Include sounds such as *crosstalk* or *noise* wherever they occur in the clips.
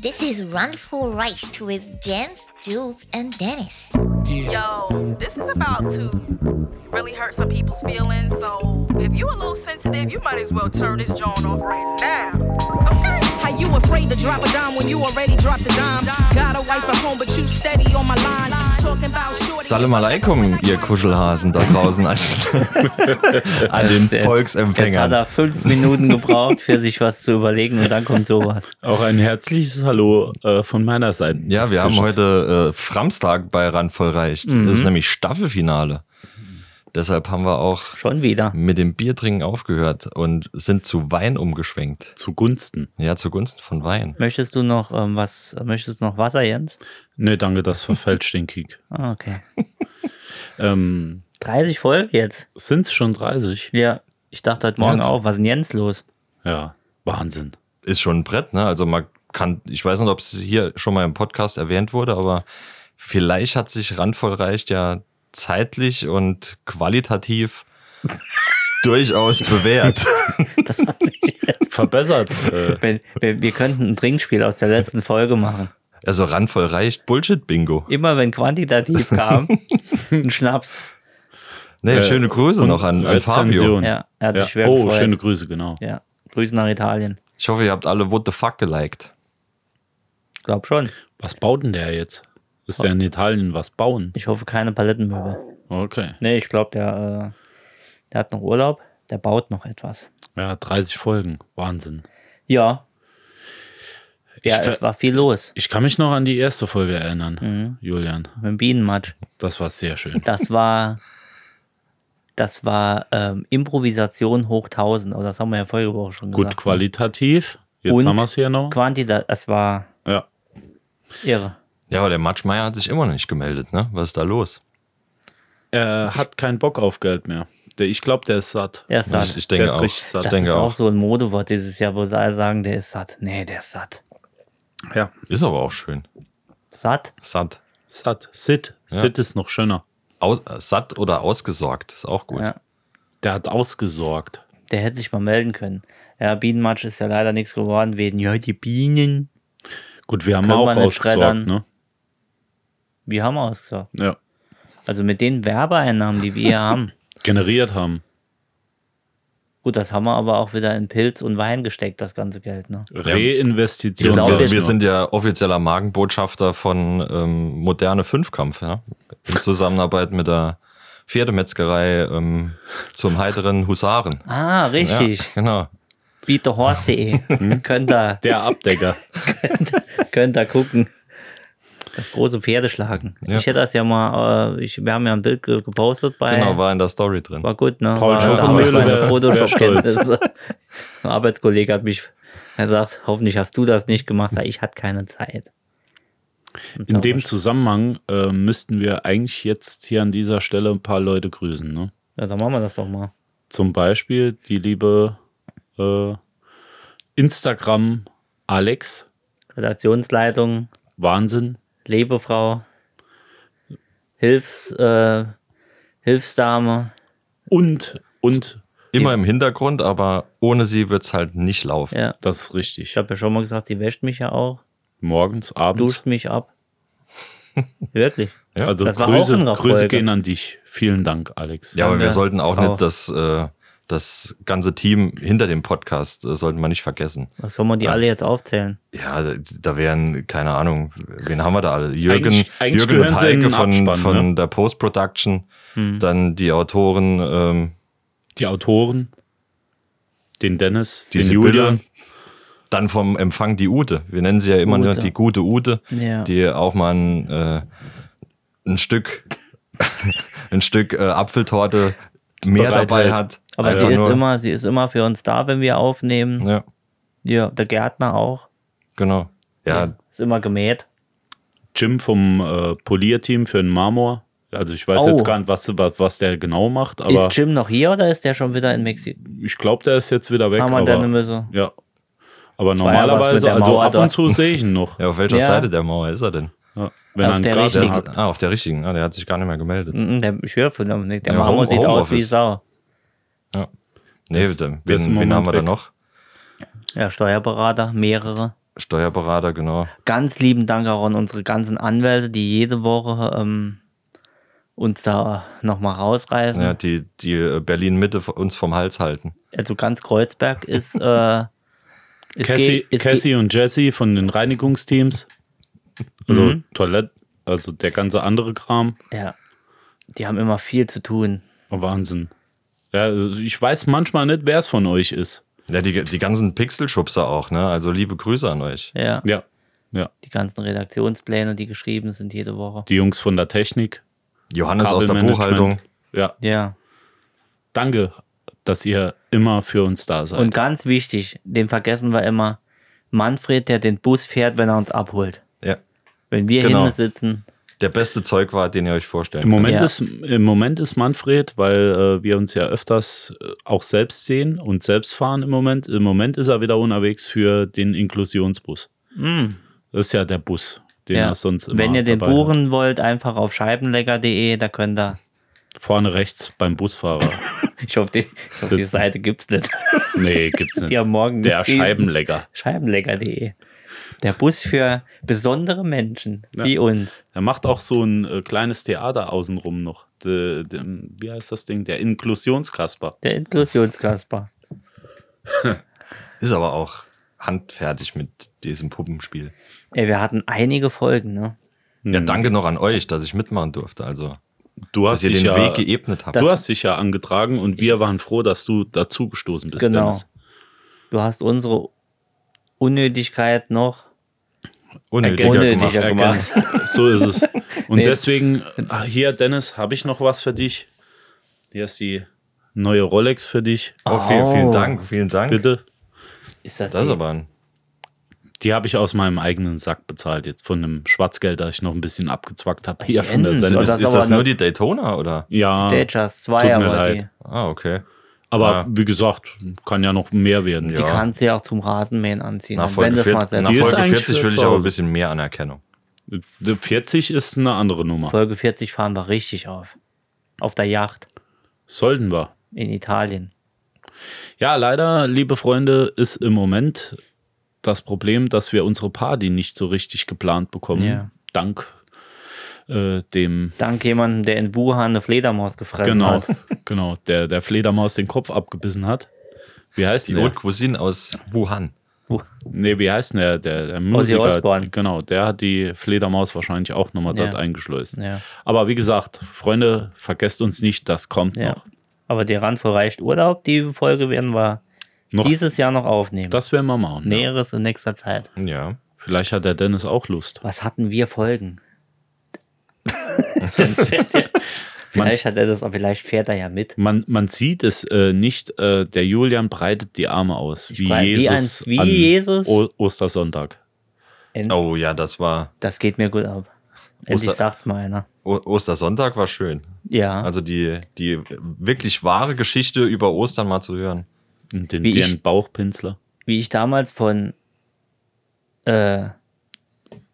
This is Run for Rice with Jens, Jules, and Dennis. Yo, this is about to really hurt some people's feelings. So if you a little sensitive, you might as well turn this joint off right now. Okay. How you afraid to drop a dime when you already dropped a dime? Got a wife at home, but you steady on my line. Talking about short. Salam alaikum, ihr Kuschelhasen da draußen an, an *laughs* den Jetzt hat Volksempfängern. er fünf Minuten gebraucht, für sich was zu überlegen und dann kommt sowas. Auch ein herzliches Hallo äh, von meiner Seite. Ja, des wir haben Tisches. Mhm. heute äh, Framstag bei Randvoll reicht. Das ist nämlich Staffelfinale. Deshalb haben wir auch Schon wieder. mit dem Biertrinken aufgehört und sind zu Wein umgeschwenkt. zugunsten. Ja, zugunsten von Wein. Möchtest du noch ähm, was? Möchtest du noch Wasser, Jens? Nee, Ne, danke, das verfälscht den Kick. Ah, okay. Ähm, 30 Folgen jetzt. Sind's schon 30? Ja, ich dachte heute Morgen Jens? auch, was ist denn Jens los? Ja, Wahnsinn. Ist schon ein Brett, ne? Also man kann, ich weiß nicht, ob es hier schon mal im Podcast erwähnt wurde, aber vielleicht hat sich Randvoll reicht ja zeitlich und qualitativ *laughs* durchaus bewährt. *laughs* Verbessert. äh, Wir, wir, wir könnten ein Trinkspiel aus der letzten Folge machen. Also Randvoll reicht Bullshit-Bingo. Immer wenn quantitativ kam, ein Schnaps. Nee, Äh, schöne Grüße und noch an, an Fabio. Rezension. Ja, er hat sich schwer Oh, gefreut. schöne Grüße, genau. Ja, Grüße nach Italien. Ich hoffe, ihr habt alle What the fuck geliked. Glaub schon. Was baut denn der jetzt? Ist der in Italien was bauen? Ich hoffe, keine Palettenmöbel. Okay. Nee, ich glaube, der, äh, der hat noch Urlaub. Der baut noch etwas. Ja, 30 Folgen. Wahnsinn. Ja. Ja, ich, es kann, war Mhm. viel los ich kann mich noch an die erste Folge erinnern, Julian. mit dem Bienenmatsch. Das war sehr schön. Das war, das war ähm, Improvisation hoch 1000. Oder das haben wir ja vorige Woche schon Gut gesagt. qualitativ. Jetzt Und haben wir es hier noch. Quantität, das war Ja. irre. Ja, aber der Matschmeier hat sich immer noch nicht gemeldet, ne? Was ist da los? Er hat keinen Bock auf Geld mehr. Der, ich glaube, der ist satt. Er ist satt. Ich, ich denke Der ist auch. richtig satt. Ich das denke ist auch auch. so ein Modewort dieses Jahr, wo sie alle sagen, der ist satt. Nee, der ist satt. Ja. Ist aber auch schön. Satt? Satt. Satt. Sit. Ja. Sit ist noch schöner. Aus, äh, satt oder ausgesorgt ist auch gut. Ja. Der hat ausgesorgt. Der hätte sich mal melden können. Ja, Bienenmatsch ist ja leider nichts geworden wegen, ja, die Bienen. Gut, wir haben Können auch wir nicht schreddern. ausgesorgt, ne? Wir haben ausgesagt. Ja. Also mit den Werbeeinnahmen, die wir hier haben. Generiert haben. Gut, das haben wir aber auch wieder in Pilz und Wein gesteckt, das ganze Geld. Ne? Reinvestition. Ist auch Wir, sehr sagt wir man. sind ja offizieller Magenbotschafter von ähm, moderne Fünfkampf, ja? In Zusammenarbeit mit der Pferdemetzgerei ähm, zum heiteren Husaren. Ja, Ah, richtig. genau. Beatthehorse.de. könnt, ihr, *laughs* *laughs* der Abdecker. könnt ihr gucken. Das große Pferdeschlagen. Ja. Ich hätte das ja mal, äh, ich, wir haben ja ein Bild ge gepostet bei. Genau, war in der Story drin. war gut, ne? Paul War- da Schopenmühle habe ich meine wär- Photoshop-Kenntnisse. *laughs* Ein Arbeitskollege hat mich gesagt, hoffentlich hast du das nicht gemacht, weil ich hatte keine Zeit. Und In so. dem Zusammenhang äh, müssten wir eigentlich jetzt hier an dieser Stelle ein paar Leute grüßen, ne? ja, dann machen wir das doch mal. Zum Beispiel die liebe äh, Instagram Alex. Redaktionsleitung, Wahnsinn. Lebefrau, Hilfs, äh, Hilfsdame, Und, und, Immer im Hintergrund, aber ohne sie wird's halt nicht laufen. ja. das ist Ich richtig. habe ja schon mal gesagt, sie wäscht mich ja auch. Morgens, abends. duscht mich *laughs* ab. Wirklich. Ja, Also das war auch in Grüße, der Grüße Folge. gehen an dich. Vielen Dank, Alex. Ja, aber wir Ja. sollten auch Auch. nicht das, äh, das ganze Team hinter dem Podcast, äh, sollten wir nicht vergessen. Was soll man die Ja. alle jetzt aufzählen? Ja, da- da wären, keine Ahnung, wen haben wir da alle? Jürgen, Eigentlich- Jürgen eigentlich und gehören sie in Heike den von, Abspann, ne? Hm. von der Post-Production, dann die Autoren, ähm, Die Autoren, den Dennis, die den Sibylle, Julian. dann vom Empfang die Ute. Wir nennen sie ja immer nur Ute. die gute Ute, Ja. die auch mal ein, äh, ein Stück, *laughs* ein Stück äh, Apfeltorte mehr Bereithält. dabei hat. Aber Einfach sie ist, nur- immer, sie ist immer für uns da, wenn wir aufnehmen. Ja, Ja, der Gärtner auch. genau. Ja, Ist immer gemäht. Jim vom äh, Polierteam für den Marmor. Also ich weiß Oh. jetzt gar nicht, was, was, was der genau macht, aber ist Jim noch hier oder ist der schon wieder in Mexiko? ich glaube, der ist jetzt wieder weg. Haben wir aber, dann müssen. ja. war ja was aber mit normalerweise, der also Mauer ab und dort. zu sehe ich ihn noch. *laughs* ja, auf welcher Ja. Seite der Mauer ist er denn? Ja. Wenn Auf er einen der Garten richtigen. hat. Ah, auf der richtigen. Ah, der hat sich gar nicht mehr gemeldet. Hm. Mhm, Der ich höre von dem nicht. Der Ja, Home- Marmor sieht aus wie Homeoffice. Sau. Ja. Nee, das bitte. ist im Wen, wen Moment haben wir da weg. noch? Ja, Steuerberater, mehrere. Steuerberater, genau. Ganz lieben Dank auch an unsere ganzen Anwälte, die jede Woche ähm, uns da nochmal Hm. rausreißen. Ja, die, die äh, Berlin-Mitte v- uns vom Hals halten. Also ganz Kreuzberg ist. *laughs* Äh, ist Cassie, ge- ist ge- Cassie und Jesse von den Reinigungsteams. Also Mhm. Toilette, also der ganze andere Kram. Ja. Die haben immer viel zu tun. Oh, Wahnsinn. Ja, also ich weiß manchmal nicht, wer es von euch ist. Ja, die, die ganzen Pixelschubser auch, ne? Also liebe Grüße an euch. Ja. Ja, ja. Die ganzen Redaktionspläne, die geschrieben sind jede Woche. Die Jungs von der Technik. Johannes aus der Kabelmanagement. Buchhaltung. Ja, Ja. danke, dass ihr immer für uns da seid. Und ganz wichtig, den vergessen wir immer, Manfred, der den Bus fährt, wenn er uns abholt. Ja. Wenn wir Genau. hinten sitzen, Der beste Zeugwart, den ihr euch Im vorstellen könnt. Moment, Ja. ist, Im Moment ist Manfred, weil äh, wir uns ja öfters äh, auch selbst sehen und selbst fahren im Moment. Im Moment ist er wieder unterwegs für den Inklusionsbus. Das ist ja der Bus, den hm, ja. er sonst immer wenn ihr den dabei buchen wollt, einfach auf scheibenlecker.de, da könnt ihr. *laughs* hat. Vorne rechts beim Busfahrer. Ich hoffe, die, ich hoffe, die Sitzen. Seite gibt's *laughs* nicht. *laughs* nee, gibt's nicht. Die haben morgen der gelesen. Scheibenlecker. Scheibenlecker.de. Der Bus für besondere Menschen Ja. wie uns. Er macht auch so ein äh, kleines Theater außenrum noch. De, dem- wie heißt das Ding? Der Inklusionskasper. Der Inklusionskasper. Ist aber auch handfertig mit diesem Puppenspiel. Ey, wir hatten einige Folgen, ne? Ja, danke noch an euch, dass ich mitmachen durfte. Also, Hm. Du dass hast ihr dich den ja, Weg geebnet habt. Du hast dich ja angetragen und wir waren froh, dass du dazugestoßen bist, Genau. Dennis. Du hast unsere Unnötigkeit noch. Unnötiger Ergänzt. gemacht. Unnötiger gemacht. Ergänzt. So ist *laughs* es. Und Nee. deswegen, ah, hier, Dennis, habe ich noch was für dich. Hier ist die neue Rolex für dich. Oh, vielen, vielen Dank, vielen Dank. Bitte. Ist das, Das ist die- aber ein. Die habe ich aus meinem eigenen Sack bezahlt, jetzt von einem Schwarzgeld, das ich noch ein bisschen abgezwackt habe. Hier Jens, von der Sendung. Das Ist, ist ist aber ne das nur eine- die Daytona oder? Ja, Datejust 2 Tut mir aber die. leid. Ah, okay. aber Ja. wie gesagt, kann ja noch mehr werden. Die Ja. kannst du ja auch zum Rasenmähen anziehen. Nach Und wenn Folge, das mal 40, selbst nach Die ist Folge eigentlich 40 will zu ich aber ein Hause. bisschen mehr Anerkennung. Die 40 ist eine andere Nummer. Folge 40 fahren wir richtig auf. Auf der Yacht Sollten wir. in Italien. Ja, leider, liebe Freunde, ist im Moment das Problem, dass wir unsere Party nicht so richtig geplant bekommen. Ja. Dank äh, dem, Dank jemandem, der in Wuhan eine Fledermaus gefressen genau, hat. genau, der der Fledermaus den Kopf abgebissen hat. Wie heißt Die der? Haute Cuisine aus Wuhan. Nee, wie heißt denn der? Der, der Musiker. Osbourne. Genau, der hat die Fledermaus wahrscheinlich auch nochmal Ja. dort eingeschleust. Ja. Aber wie gesagt, Freunde, vergesst uns nicht, das kommt Ja. noch. Aber der Randvoll reicht Urlaub. Die Folge werden wir noch. dieses Jahr noch aufnehmen. das werden wir machen. Ja. Näheres in nächster Zeit. Ja. Vielleicht hat der Dennis auch Lust. Was hatten wir Folgen? vielleicht hat er das, aber vielleicht fährt er ja mit. Man, man sieht es äh, nicht, äh, der Julian breitet die Arme aus, wie brei- wie Jesus, ein- wie an Jesus? O Ostersonntag. End- Oh ja, das war. Das geht mir gut ab. Endlich Oster- sagt's mal einer. O Ostersonntag war schön. Ja. Also die, die wirklich wahre Geschichte über Ostern mal zu hören. Und den Wie deren ich- Bauchpinsler. wie ich damals von äh,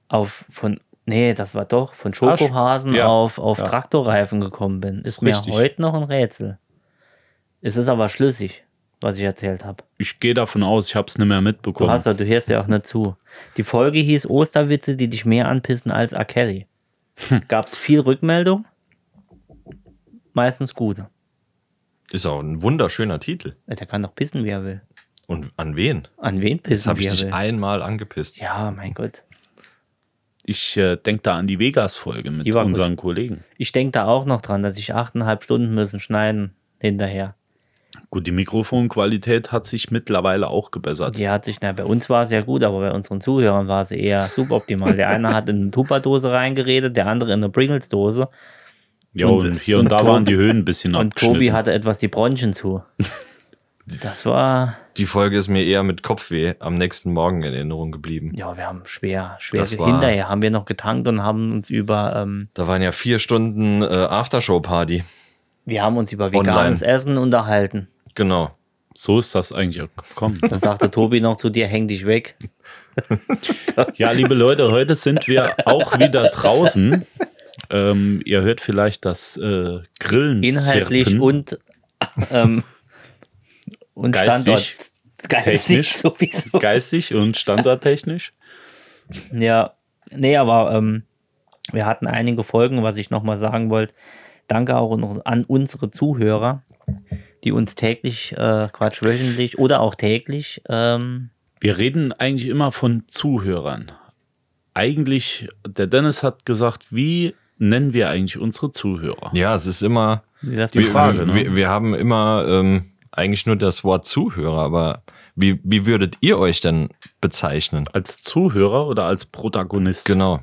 auf von nee, das war doch von Sch- Schokohasen ja, auf, auf ja. Traktorreifen gekommen bin, ist, Ist mir richtig. heute noch ein Rätsel. Es ist aber schlüssig, was ich erzählt habe. Ich gehe davon aus, ich habe es nicht mehr Du mitbekommen. hast ja, du hörst ja auch nicht zu. Die Folge hieß Osterwitze, die dich mehr anpissen als R. Kelly. Gab es viel Rückmeldung? Meistens gute. Äh, Ist auch ein wunderschöner Titel. Der kann doch pissen, wie er will. Und an wen? An wen Jetzt pissen, habe wie ich er dich will? einmal angepisst. Ja, mein Gott. ich äh, denke da an die Vegas-Folge mit Die war gut. unseren Kollegen. Ich denke da auch noch dran, dass ich achteinhalb Stunden müssen schneiden hinterher. Gut, die Mikrofonqualität hat sich mittlerweile auch gebessert. Die hat sich, na, bei uns war es ja gut, aber bei unseren Zuhörern war es eher suboptimal. Der eine hat in eine Tupperdose reingeredet, der andere in eine Pringles-Dose Ja, und, hier und, da waren die Höhen ein bisschen und abgeschnitten. Tobi hatte etwas die *laughs* Bronchien zu. Das war, Die Folge ist mir eher mit Kopfweh am nächsten Morgen in Erinnerung geblieben. ja, wir haben schwer, schwer. Das ge- war- hinterher haben wir noch getankt und haben uns über, ähm, Da waren ja vier Stunden äh, Aftershow-Party. wir haben uns über Online. veganes Essen unterhalten. Genau. so ist das eigentlich auch *laughs* gekommen. Dann sagte Tobi noch zu dir, häng dich weg. Ja, liebe Leute, heute sind wir auch wieder draußen. Ähm, ihr hört vielleicht das äh, Grillen. Inhaltlich und, ähm, und Geistig. Standort. Geistig Technisch. *laughs* sowieso. Geistig und standardtechnisch. Ja, nee, aber ähm, wir hatten einige Folgen, was ich nochmal sagen wollte. Danke auch noch an unsere Zuhörer, die uns täglich, äh, Quatsch, wöchentlich oder auch täglich, ähm, Wir reden eigentlich immer von Zuhörern. Eigentlich, der Dennis hat gesagt, wie nennen wir eigentlich unsere Zuhörer? Ja, es ist immer. wie das Die mit- Frage, ne? wir, wir haben immer ähm, eigentlich nur das Wort Zuhörer, aber wie, wie würdet ihr euch denn bezeichnen? Als Zuhörer oder als Protagonist? Genau.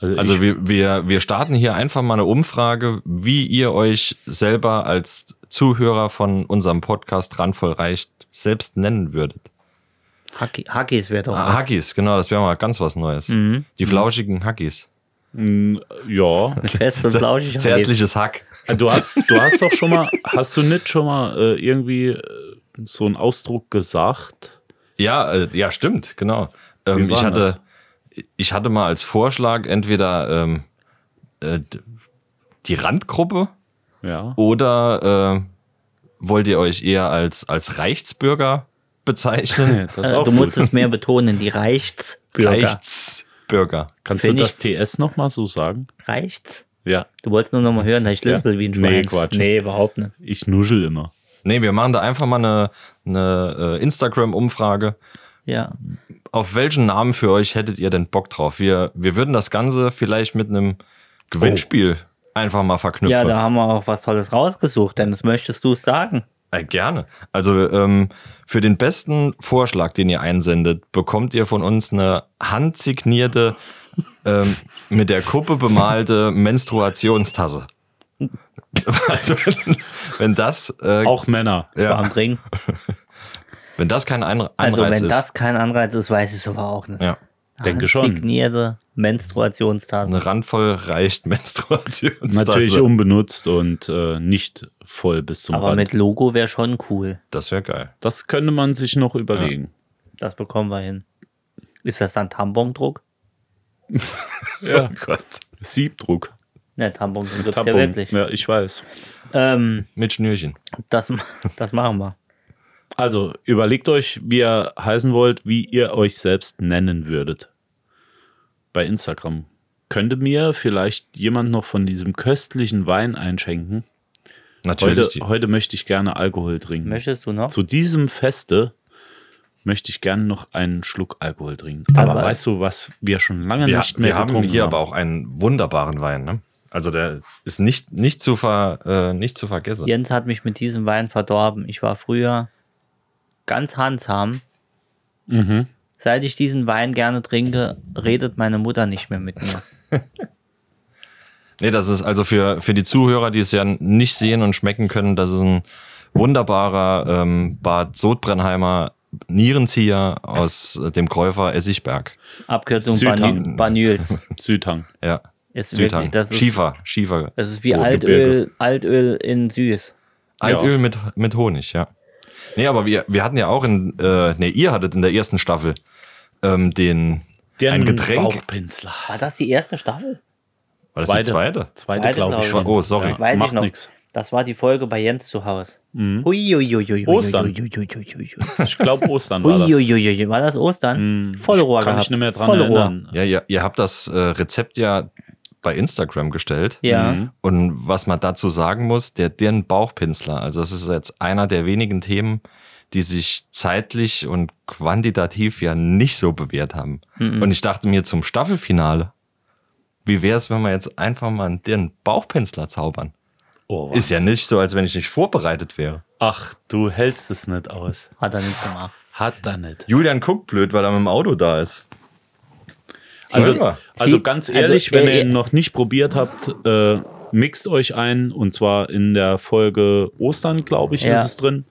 also Also wir, wir, wir starten hier einfach mal eine Umfrage, wie ihr euch selber als Zuhörer von unserem Podcast Randvoll reicht selbst nennen würdet. Hacki- Hackis wäre doch. Ah, was. Hackies, genau, das wäre mal ganz was Neues. Mhm. Die flauschigen Hackies. ich, ja, Äh, Fest *laughs* und flauschig. Hackis. Zärtliches Hack. du hast, du hast doch schon mal, hast du nicht schon mal äh, irgendwie äh, so einen Ausdruck gesagt? Ja, äh, ja, stimmt, genau. Ähm, Wie war ich hatte, ich hatte mal als Vorschlag entweder ähm, äh, d- die Randgruppe Ja. Oh. oder äh, wollt ihr euch eher als als Reichsbürger bezeichnen? *laughs* Das Äh, du musst es mehr betonen, die reicht's. Bürger. Reichsbürger. Kannst Find du ich- das TS nochmal so sagen? Reicht's? Ja. Du wolltest nur nochmal hören, dass ich lispel wie ein Schwein. Nee, Quatsch. Nee, überhaupt nicht. Ich nuschel immer. Nee, wir machen da einfach mal eine, eine äh, Instagram-Umfrage. Ja. Auf welchen Namen für euch hättet ihr denn Bock drauf? Wir, wir würden das Ganze vielleicht mit einem Oh. Gewinnspiel einfach mal verknüpfen. Ja, da haben wir auch was Tolles rausgesucht, denn das möchtest du es sagen. Äh, gerne. Also ähm, für den besten Vorschlag, den ihr einsendet, bekommt ihr von uns eine handsignierte, ähm, mit der Kuppe bemalte Menstruationstasse. *laughs* Also wenn, wenn das äh, Auch Männer. Ja. Am Ring. wenn das kein Ein- Also, Anreiz wenn ist, das kein Anreiz ist, weiß ich es aber auch nicht. ja, Denke schon. Signierte Menstruationstasse. eine randvoll reicht Menstruationstasse. Natürlich um- unbenutzt und äh, nicht voll bis zum Aber Rand. mit Logo wäre schon cool. Das wäre geil. das könnte man sich noch überlegen. Das bekommen wir hin. Ist das dann Tampondruck? Ja. Gott. Siebdruck. Ne, Tampondruck gibt's ja Tampon. wirklich. ja, ich weiß. Ähm, Mit Schnürchen. das, *laughs* das machen wir. Also überlegt euch, wie ihr heißen wollt, wie ihr euch selbst nennen würdet. Bei Instagram. Könnte mir vielleicht jemand noch von diesem köstlichen Wein einschenken? Heute, Natürlich. die- heute möchte ich gerne Alkohol trinken. Möchtest du noch? Zu diesem Feste möchte ich gerne noch einen Schluck Alkohol trinken. Aber- Aber, weißt du, was wir schon lange wir nicht mehr wir haben getrunken hier haben? aber auch einen wunderbaren Wein. Ne? Also der ist nicht, nicht, zu ver, äh, nicht zu vergessen. Jens hat mich mit diesem Wein verdorben. Ich war früher ganz handsam. Seit ich diesen Wein gerne trinke, redet meine Mutter nicht mehr mit mir. Nee, das ist also für, für die Zuhörer, die es ja nicht sehen und schmecken können, das ist ein wunderbarer ähm, Bad Sodbrennheimer Nierenzieher aus äh, dem Kräufer Essigberg. Abkürzung Südhang. Banü- *laughs* Banüls. Südhang. Ja. Ist Südhang. wirklich, das ist- Schiefer, Schiefer. Das ist wie Oh, Altöl, Gebirge. Altöl in Süß. Altöl mit, mit Honig, ja. Nee, aber wir, wir hatten ja auch in, äh, nee, ihr hattet in der ersten Staffel ähm, den ein Getränk. Bauchpinsler. War das die erste Staffel? War das die zweite? Zweite, Zweite, glaube glaub ich. ich. schon. Oh, sorry. Weiß ich macht noch. nichts. Das war die Folge bei Jens zu Hause. Uiuiuiui. Ostern. Ich glaube, Ostern war das. Mhm. Uiuiuiui. War das Ostern? Voll Rohr Ich kann gehabt. mich nicht mehr dran Voll Rohr. erinnern. Ja, ihr, ihr habt das äh, Rezept ja bei Instagram gestellt. Ja. Mhm. Und was man dazu sagen muss, der Dirn Bauchpinsler, also das ist jetzt einer der wenigen Themen, die sich zeitlich und quantitativ ja nicht so bewährt haben. Und ich dachte mir zum Staffelfinale, wie wäre es, wenn wir jetzt einfach mal einen Dirn Bauchpinsler zaubern? Oh, Ist ja nicht so, als wenn ich nicht vorbereitet wäre. Ach, du hältst es nicht aus. Hat er nicht gemacht. Hat er nicht. Julian guckt blöd, weil er mit dem Auto da ist. Sollte Also, man. also Sie- ganz also, ehrlich, wenn äh, ihr ihn noch nicht probiert habt, äh, mixt euch ein. Und zwar in der Folge Ostern, glaube ich, Ja. ist es drin.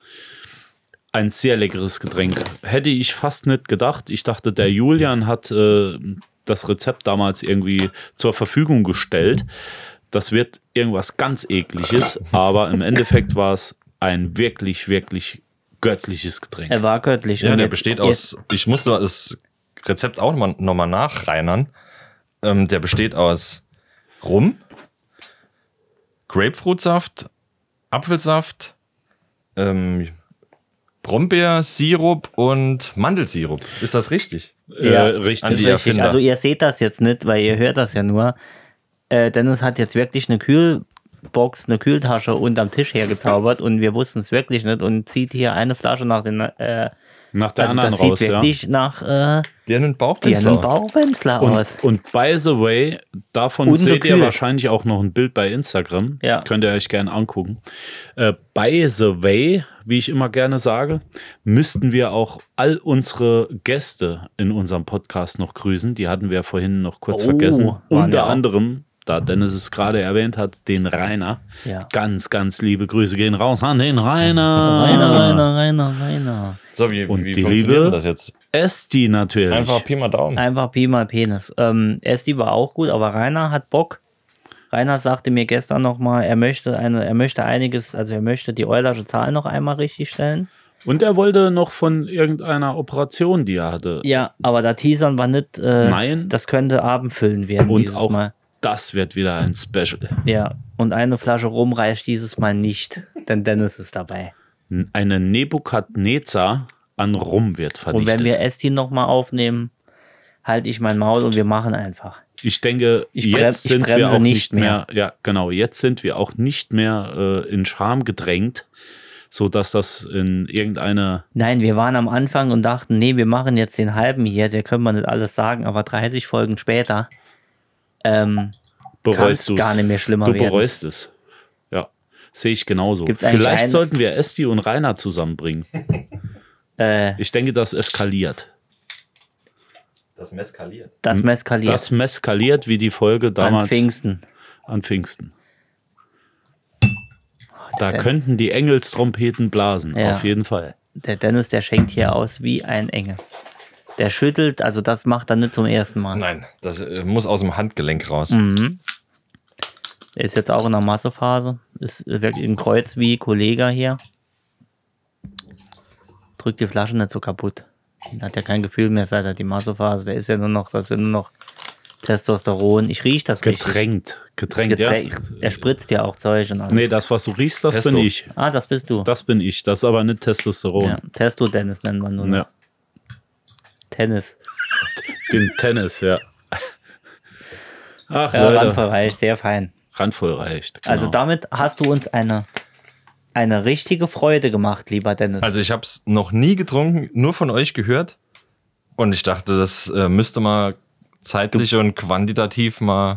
Ein sehr leckeres Getränk. Hätte ich fast nicht gedacht. Ich dachte, der Julian hat äh, das Rezept damals irgendwie zur Verfügung gestellt. Das wird irgendwas ganz ekliges, aber im Endeffekt war es ein wirklich, wirklich göttliches Getränk. Er war göttlich. Ja, Und der jetzt- besteht jetzt- aus, ich musste das Rezept auch nochmal noch mal nachreinern. Ähm, der besteht aus Rum, Grapefruitsaft, Apfelsaft, ähm, Brombeersirup und Mandelsirup. Ist das richtig? Ja, äh, richtig. das ist die Erfinder. Also ihr seht das jetzt nicht, weil ihr hört das ja nur. Äh, Dennis hat jetzt wirklich eine Kühlbox, eine Kühltasche unterm Tisch hergezaubert und wir wussten es wirklich nicht und zieht hier eine Flasche nach den äh, Nach der also anderen das sieht raus, ja. wirklich nach äh, Dirnen Bauchpinsel. Dirnen Bauchwenzler aus. Und, und by the way, davon Und eine seht ihr Kühe. wahrscheinlich auch noch ein Bild bei Instagram. Ja. Könnt ihr euch gerne angucken. Äh, by the way, wie ich immer gerne sage, müssten wir auch all unsere Gäste in unserem Podcast noch grüßen. Die hatten wir vorhin noch kurz Oh, vergessen. waren Unter ja auch. anderem, da Dennis es gerade erwähnt hat, den Rainer. Ja. Ganz, ganz liebe Grüße gehen raus an den Rainer. *laughs* Rainer, Rainer, Rainer, Rainer. So, wie, Und wie die funktioniert Liebe? denn das jetzt? Esti natürlich. Einfach Pi mal Daumen. Einfach Pi mal Penis. Ähm, Esti war auch gut, aber Rainer hat Bock. Rainer sagte mir gestern nochmal, er möchte eine, er möchte einiges, also er möchte die Eulersche Zahl noch einmal richtig stellen. Und er wollte noch von irgendeiner Operation, die er hatte, Ja, aber da teasern war nicht, äh, Nein. das könnte abendfüllen werden Und dieses auch Mal. das wird wieder ein Special. Ja, und eine Flasche Rum reicht dieses Mal nicht, denn Dennis ist dabei. N- Eine Nebukadnezar an Rum wird Und vernichtet. wenn wir Esti nochmal aufnehmen, halte ich mein Maul und wir machen einfach. ich denke, Ich brem- jetzt ich sind bremse wir auch nicht nicht mehr, ja genau, jetzt sind wir auch nicht mehr äh, in Scham gedrängt, sodass das in irgendeine, Nein, wir waren am Anfang und dachten, nee, wir machen jetzt den halben hier, der können wir nicht alles sagen, aber 30 Folgen später ähm, bereust du kann's gar nicht mehr schlimmer Du werden. bereust es. Ja, sehe ich genauso. Gibt's eigentlich Vielleicht einen- sollten wir Esti und Rainer zusammenbringen. äh, Ich denke, das eskaliert. Das meskaliert. das meskaliert Hm, Das meskaliert wie die Folge an damals. Pfingsten. an Pfingsten. Oh, Da Dennis. könnten die Engelstrompeten blasen, Ja. auf jeden Fall. Der Dennis, der schenkt hier aus wie ein Engel. Der schüttelt, also das macht er nicht zum ersten Mal. Nein, das äh, muss aus dem Handgelenk raus. Er ist jetzt auch in der Massephase. Ist wirklich im Kreuz wie Kollege hier. Drückt die Flasche nicht so kaputt. Hat ja kein Gefühl mehr, seit er die Massephase. Der ist ja nur noch, das sind nur noch Testosteron. Ich rieche das richtig. Getränkt, getränkt, Getränkt. Der ja. spritzt ja auch Zeug und alles. Nee, das, was du riechst, das Testo. bin ich. Ah, das bist du. Das bin ich. Das ist aber nicht Testosteron. ja, Testo Dennis nennt man nur. noch. Ja. Tennis. Den Tennis, ja. Ach, Ja, Leute. Randverreich, sehr fein. Randvoll reicht. Genau. Äh, Also damit hast du uns eine, eine richtige Freude gemacht, lieber Dennis. Also ich habe es noch nie getrunken, nur von euch gehört. Und ich dachte, das äh, müsste mal zeitlich und quantitativ mal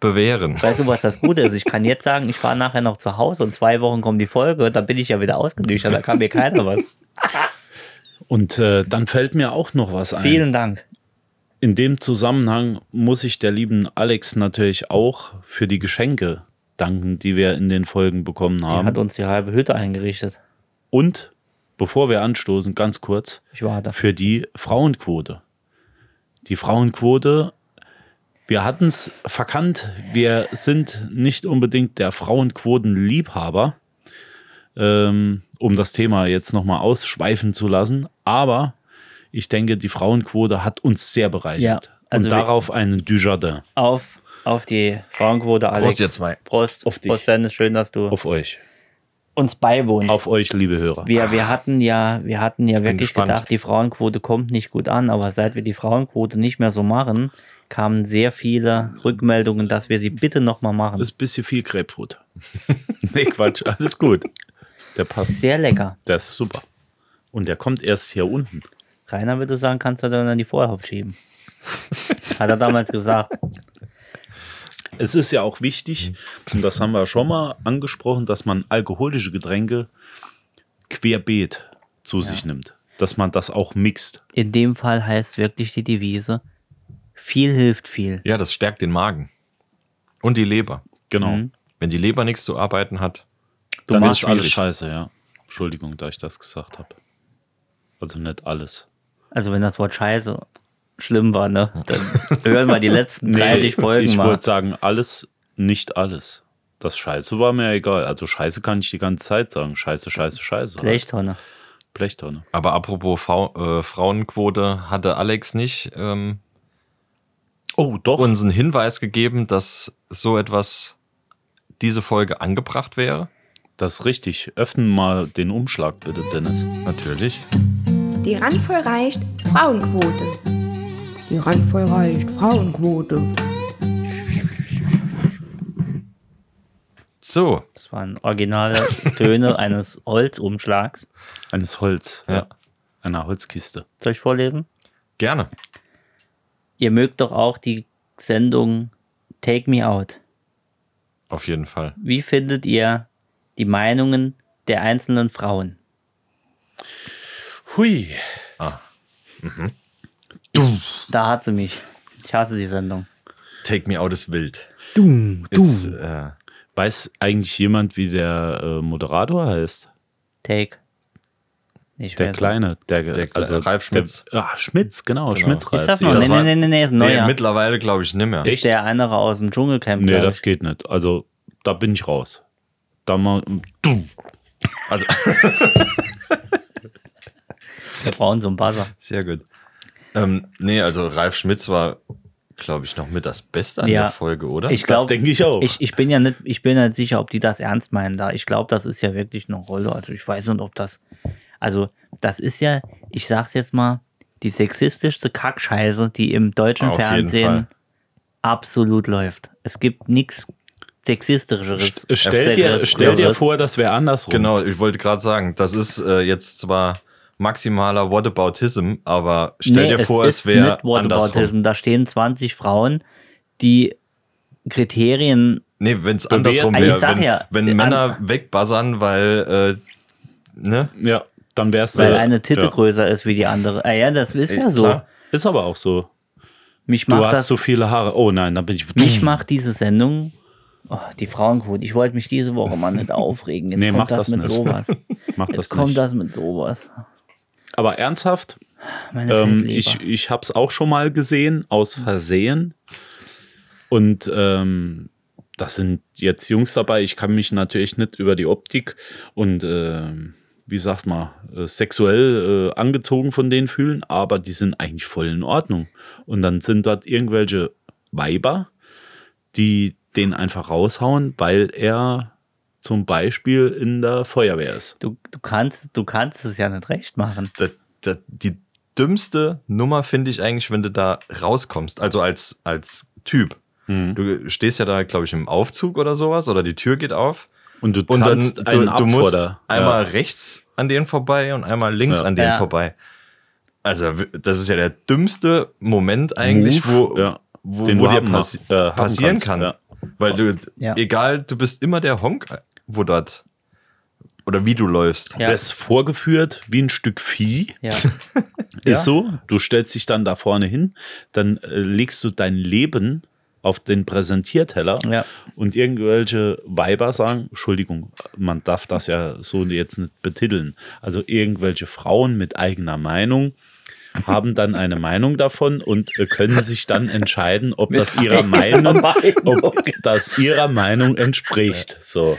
bewähren. Weißt du, was das Gute ist? Ich kann jetzt sagen, ich fahre nachher noch zu Hause und zwei Wochen kommt die Folge, dann bin ich ja wieder ausgenüchtert, da kann mir keiner was. Und äh, dann fällt mir auch noch was ein. Vielen Dank. In dem Zusammenhang muss ich der lieben Alex natürlich auch für die Geschenke danken, die wir in den Folgen bekommen Die haben. hat uns die halbe Hütte eingerichtet. Und bevor wir anstoßen, ganz kurz, Ich warte. für die Frauenquote. Die Frauenquote, wir hatten es verkannt, wir sind nicht unbedingt der Frauenquotenliebhaber, ähm, um das Thema jetzt nochmal ausschweifen zu lassen, aber ich denke, die Frauenquote hat uns sehr bereichert. Ja, also wir- Und darauf einen Dujardin Auf, auf die Frauenquote, Alex. Prost, ihr zwei. Prost. Auf dich. Prost, Dennis. Schön, dass du auf euch, uns beiwohnst. auf euch, liebe Hörer. wir, wir hatten ja, wir hatten ja wirklich gespannt. gedacht, die Frauenquote kommt nicht gut an, aber seit wir die Frauenquote nicht mehr so machen, kamen sehr viele Rückmeldungen, dass wir sie bitte nochmal machen. Das ist ein bisschen viel Grapefruit. *laughs* nee, Quatsch, alles gut. Der passt. Sehr lecker. Der ist super. Und der kommt erst hier unten. Rainer würde sagen, kannst du dann an die Vorhaut *laughs* schieben. Hat er damals gesagt. Es ist ja auch wichtig, und das haben wir schon mal angesprochen, dass man alkoholische Getränke querbeet zu sich nimmt. Dass man das auch mixt. In dem Fall heißt wirklich die Devise, viel hilft viel. Ja, das stärkt den Magen. Und die Leber. Genau. Wenn die Leber nichts zu arbeiten hat, Du Dann machst ist alles schwierig. scheiße, ja. Entschuldigung, da ich das gesagt habe. Also nicht alles. Also wenn das Wort Scheiße schlimm war, ne? *laughs* Dann hören wir die letzten 30 Folgen ich mal. wollte sagen, alles, nicht alles. Das Scheiße war mir egal. Also Scheiße kann ich die ganze Zeit sagen. Scheiße, Scheiße, Scheiße. ne? Blechtonne. Blechtonne. Aber apropos Frau, äh, Frauenquote hatte Alex nicht ähm, Oh, doch. uns einen Hinweis gegeben, dass so etwas diese Folge angebracht wäre. Das ist richtig. Öffnen mal den Umschlag bitte, Dennis. Natürlich. Die randvoll reicht Frauenquote. Die randvoll reicht Frauenquote. So, Das waren originale *laughs* Töne eines Holzumschlags. Eines Holz. Ja. Einer Holzkiste. Soll ich vorlesen? gerne. Ihr mögt doch auch die Sendung Take Me Out. Auf jeden Fall. Wie findet ihr die Meinungen der einzelnen Frauen? Hui. Da hat sie mich. Ich hasse die Sendung. Take Me Out ist wild. Du. Ist, äh, Weiß eigentlich jemand, wie der äh, Moderator heißt? Take. Ich Der weiß Kleine. Der, also Der Kle- Ralf Schmitz. Der, ah, Schmitz, genau. Schmitz nicht. Ist Ralf. das Sie- noch? das Nee, war- nee, nee, nee, nee, ist ein nee, neuer. mittlerweile glaube ich nicht mehr. ist der andere aus dem Dschungelcamp. nee, glaub das ich. geht nicht. Also, da bin ich raus. Da mal. Du. *laughs* Also, Wir brauchen so einen Buzzer. sehr gut. Ähm, nee, also Ralf Schmitz war, glaube ich, noch mit das Beste an Ja. der Folge, oder? Ich Das glaube, denke ich auch. ich, ich bin ja nicht, ich bin nicht sicher, ob die das ernst meinen da. Ich glaube, das ist ja wirklich eine Rolle. Also ich weiß nicht, ob das. Also, das ist ja, ich sag's jetzt mal, die sexistischste Kackscheiße, die im deutschen Auf jeden Fall. Fernsehen absolut läuft. Es gibt nichts sexistischeres. St- Stell dir, stell dir vor, das wäre andersrum. Genau, ich wollte gerade sagen, das ist äh, jetzt zwar maximaler Whataboutism, aber stell dir vor, es, wäre andersrum. Whataboutism. Da stehen 20 Frauen, die Kriterien Nee, wenn es andersrum Also wäre, ich sag wenn, ja, wenn an- Männer wegbuzzern, weil, äh, ne? Ja, dann wär's Weil das. eine Titte ja. größer ist wie die andere. Ah ja, das ist ja so. Klar. Ist aber auch so. Mich Du macht hast das, so viele Haare. Oh nein, dann bin ich. mich macht diese Sendung, oh, die Frauenquote. Ich wollte mich diese Woche mal nicht aufregen. Jetzt Nee, kommt mach das, das mit nicht. sowas. Mach Jetzt das kommt nicht. das mit sowas. Aber ernsthaft, Meine ähm, Fettleber. ich, ich habe es auch schon mal gesehen, aus Versehen. Und ähm, das sind jetzt Jungs dabei. Ich kann mich natürlich nicht über die Optik und ähm, wie sagt man, äh, sexuell äh, angezogen von denen fühlen, aber die sind eigentlich voll in Ordnung. Und dann sind dort irgendwelche Weiber, die den einfach raushauen, weil er zum Beispiel in der Feuerwehr ist. du, du, kannst, du kannst es ja nicht recht machen. Da, da, die dümmste Nummer finde ich eigentlich, wenn du da rauskommst, also als, als Typ. Mhm. Du stehst ja da, glaube ich, im Aufzug oder sowas oder die Tür geht auf. Und du Und dann, tanzt einen du, ab du vor musst der- einmal ja. rechts an denen vorbei und einmal links Ja. an denen Ja. vorbei. Also, w- das ist ja der dümmste Moment eigentlich, Move, wo, ja. wo, Den wo du dir haben passi mach- äh, haben passieren kannst, kann. ja. Weil du, Ja. egal, du bist immer der Honk, wo dort oder wie du läufst. Ja. Das vorgeführt wie ein Stück Vieh. *laughs* Ja. Ist so. Du stellst dich dann da vorne hin, dann äh, legst du dein Leben auf den Präsentierteller Ja. und irgendwelche Weiber sagen, Entschuldigung, man darf das ja so jetzt nicht betiteln. Also irgendwelche Frauen mit eigener Meinung haben dann eine Meinung davon und äh, können sich dann entscheiden, *laughs* ob das ihrer Meinung, ob das ihrer Meinung entspricht. So,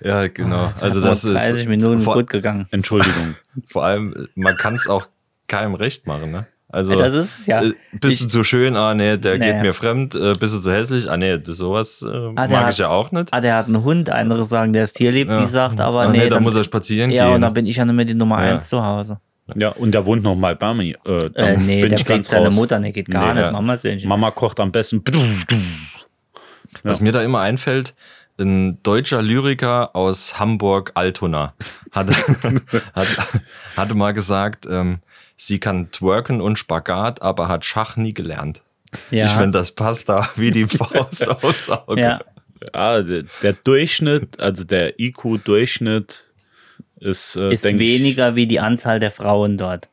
Ja, Ah, genau. Also das ist 30 Minuten vor, gut gegangen. Entschuldigung. vor allem, man kann es auch keinem recht machen, ne? Also Ja, das ist- ja. äh, bist du zu schön, ah nee, der Naja. geht mir fremd, äh, bist du zu hässlich, ah nee, sowas äh, Ah, der mag hat- ich ja auch nicht. Ah, der hat einen Hund, andere sagen, der ist tierlieb, Ja. die sagt, aber Ah, nee, nee, da muss er spazieren ja, Ja, gehen. und dann bin ich ja nicht mehr die Nummer Ja. eins zu Hause. Ja, und da wohnt noch mal Mami. Äh, da Äh, nee, bin der ich pflegt ganz seine raus. Mutter, nee, geht gar Nee, nicht. ja. Mama ist ja Mama kocht am besten. Was mir da immer einfällt, ein deutscher Lyriker aus Hamburg-Altona hatte, hat, hatte mal gesagt, ähm, sie kann twerken und Spagat, aber hat Schach nie gelernt. Ja. Ich finde, das passt da wie *laughs* die Faust aufs Auge. ja. Ja, der, der Durchschnitt, also der IQ-Durchschnitt ist, äh, ist denk weniger wie die Anzahl der Frauen dort. Ich,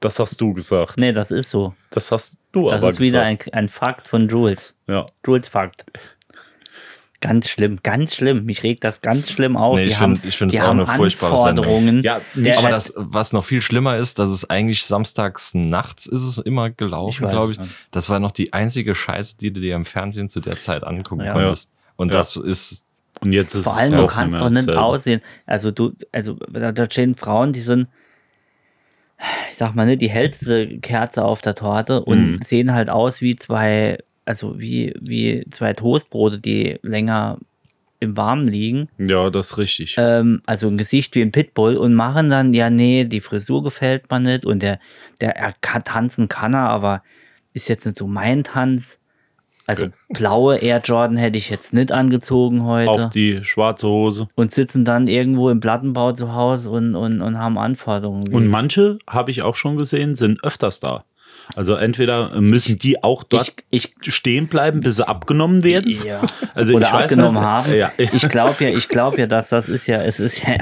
das hast du gesagt. Nee, das ist so. Das hast du Das aber ist wieder gesagt. ein, ein Fakt von Jules. ja. Jules Fakt. Ganz schlimm, ganz schlimm. Mich regt das ganz schlimm auf. Nee, die ich haben, find- ich find die es auch haben eine furchtbare Sendung. Anforderungen. Ja, der, aber das, was noch viel schlimmer ist, dass es eigentlich samstags nachts ist es immer Ich gelaufen, weiß, glaube ich. ja. Das war noch die einzige Scheiße, die du dir im Fernsehen zu der Zeit angucken Ja. konntest. Und Ja. das ist Und jetzt ist vor es allem, auch du nicht kannst mehr doch nicht dasselbe. aussehen. Also du, also da da stehen Frauen, die sind, ich sag mal, nicht die hellste Kerze auf der Torte und Mhm. sehen halt aus wie zwei, also wie, wie zwei Toastbrote, die länger im Warmen liegen. Ja, das ist richtig. ähm, also ein Gesicht wie ein Pitbull und machen dann, ja, nee, die Frisur gefällt mir nicht und der, der er kann, tanzen kann er, aber ist jetzt nicht so mein Tanz. Äh. Also blaue Air Jordan hätte ich jetzt nicht angezogen Auf heute die schwarze Hose. und sitzen dann irgendwo im Plattenbau zu Hause und, und, und haben Anforderungen. Und manche, habe ich auch schon gesehen, sind öfters da. Also entweder müssen die auch dort Ich- stehen bleiben, bis sie abgenommen werden. *laughs* ja. Also Oder ich weiß abgenommen nicht- haben. Ja. *laughs* Ich glaube ja, ich glaube ja, dass das ist ja, es ist ja,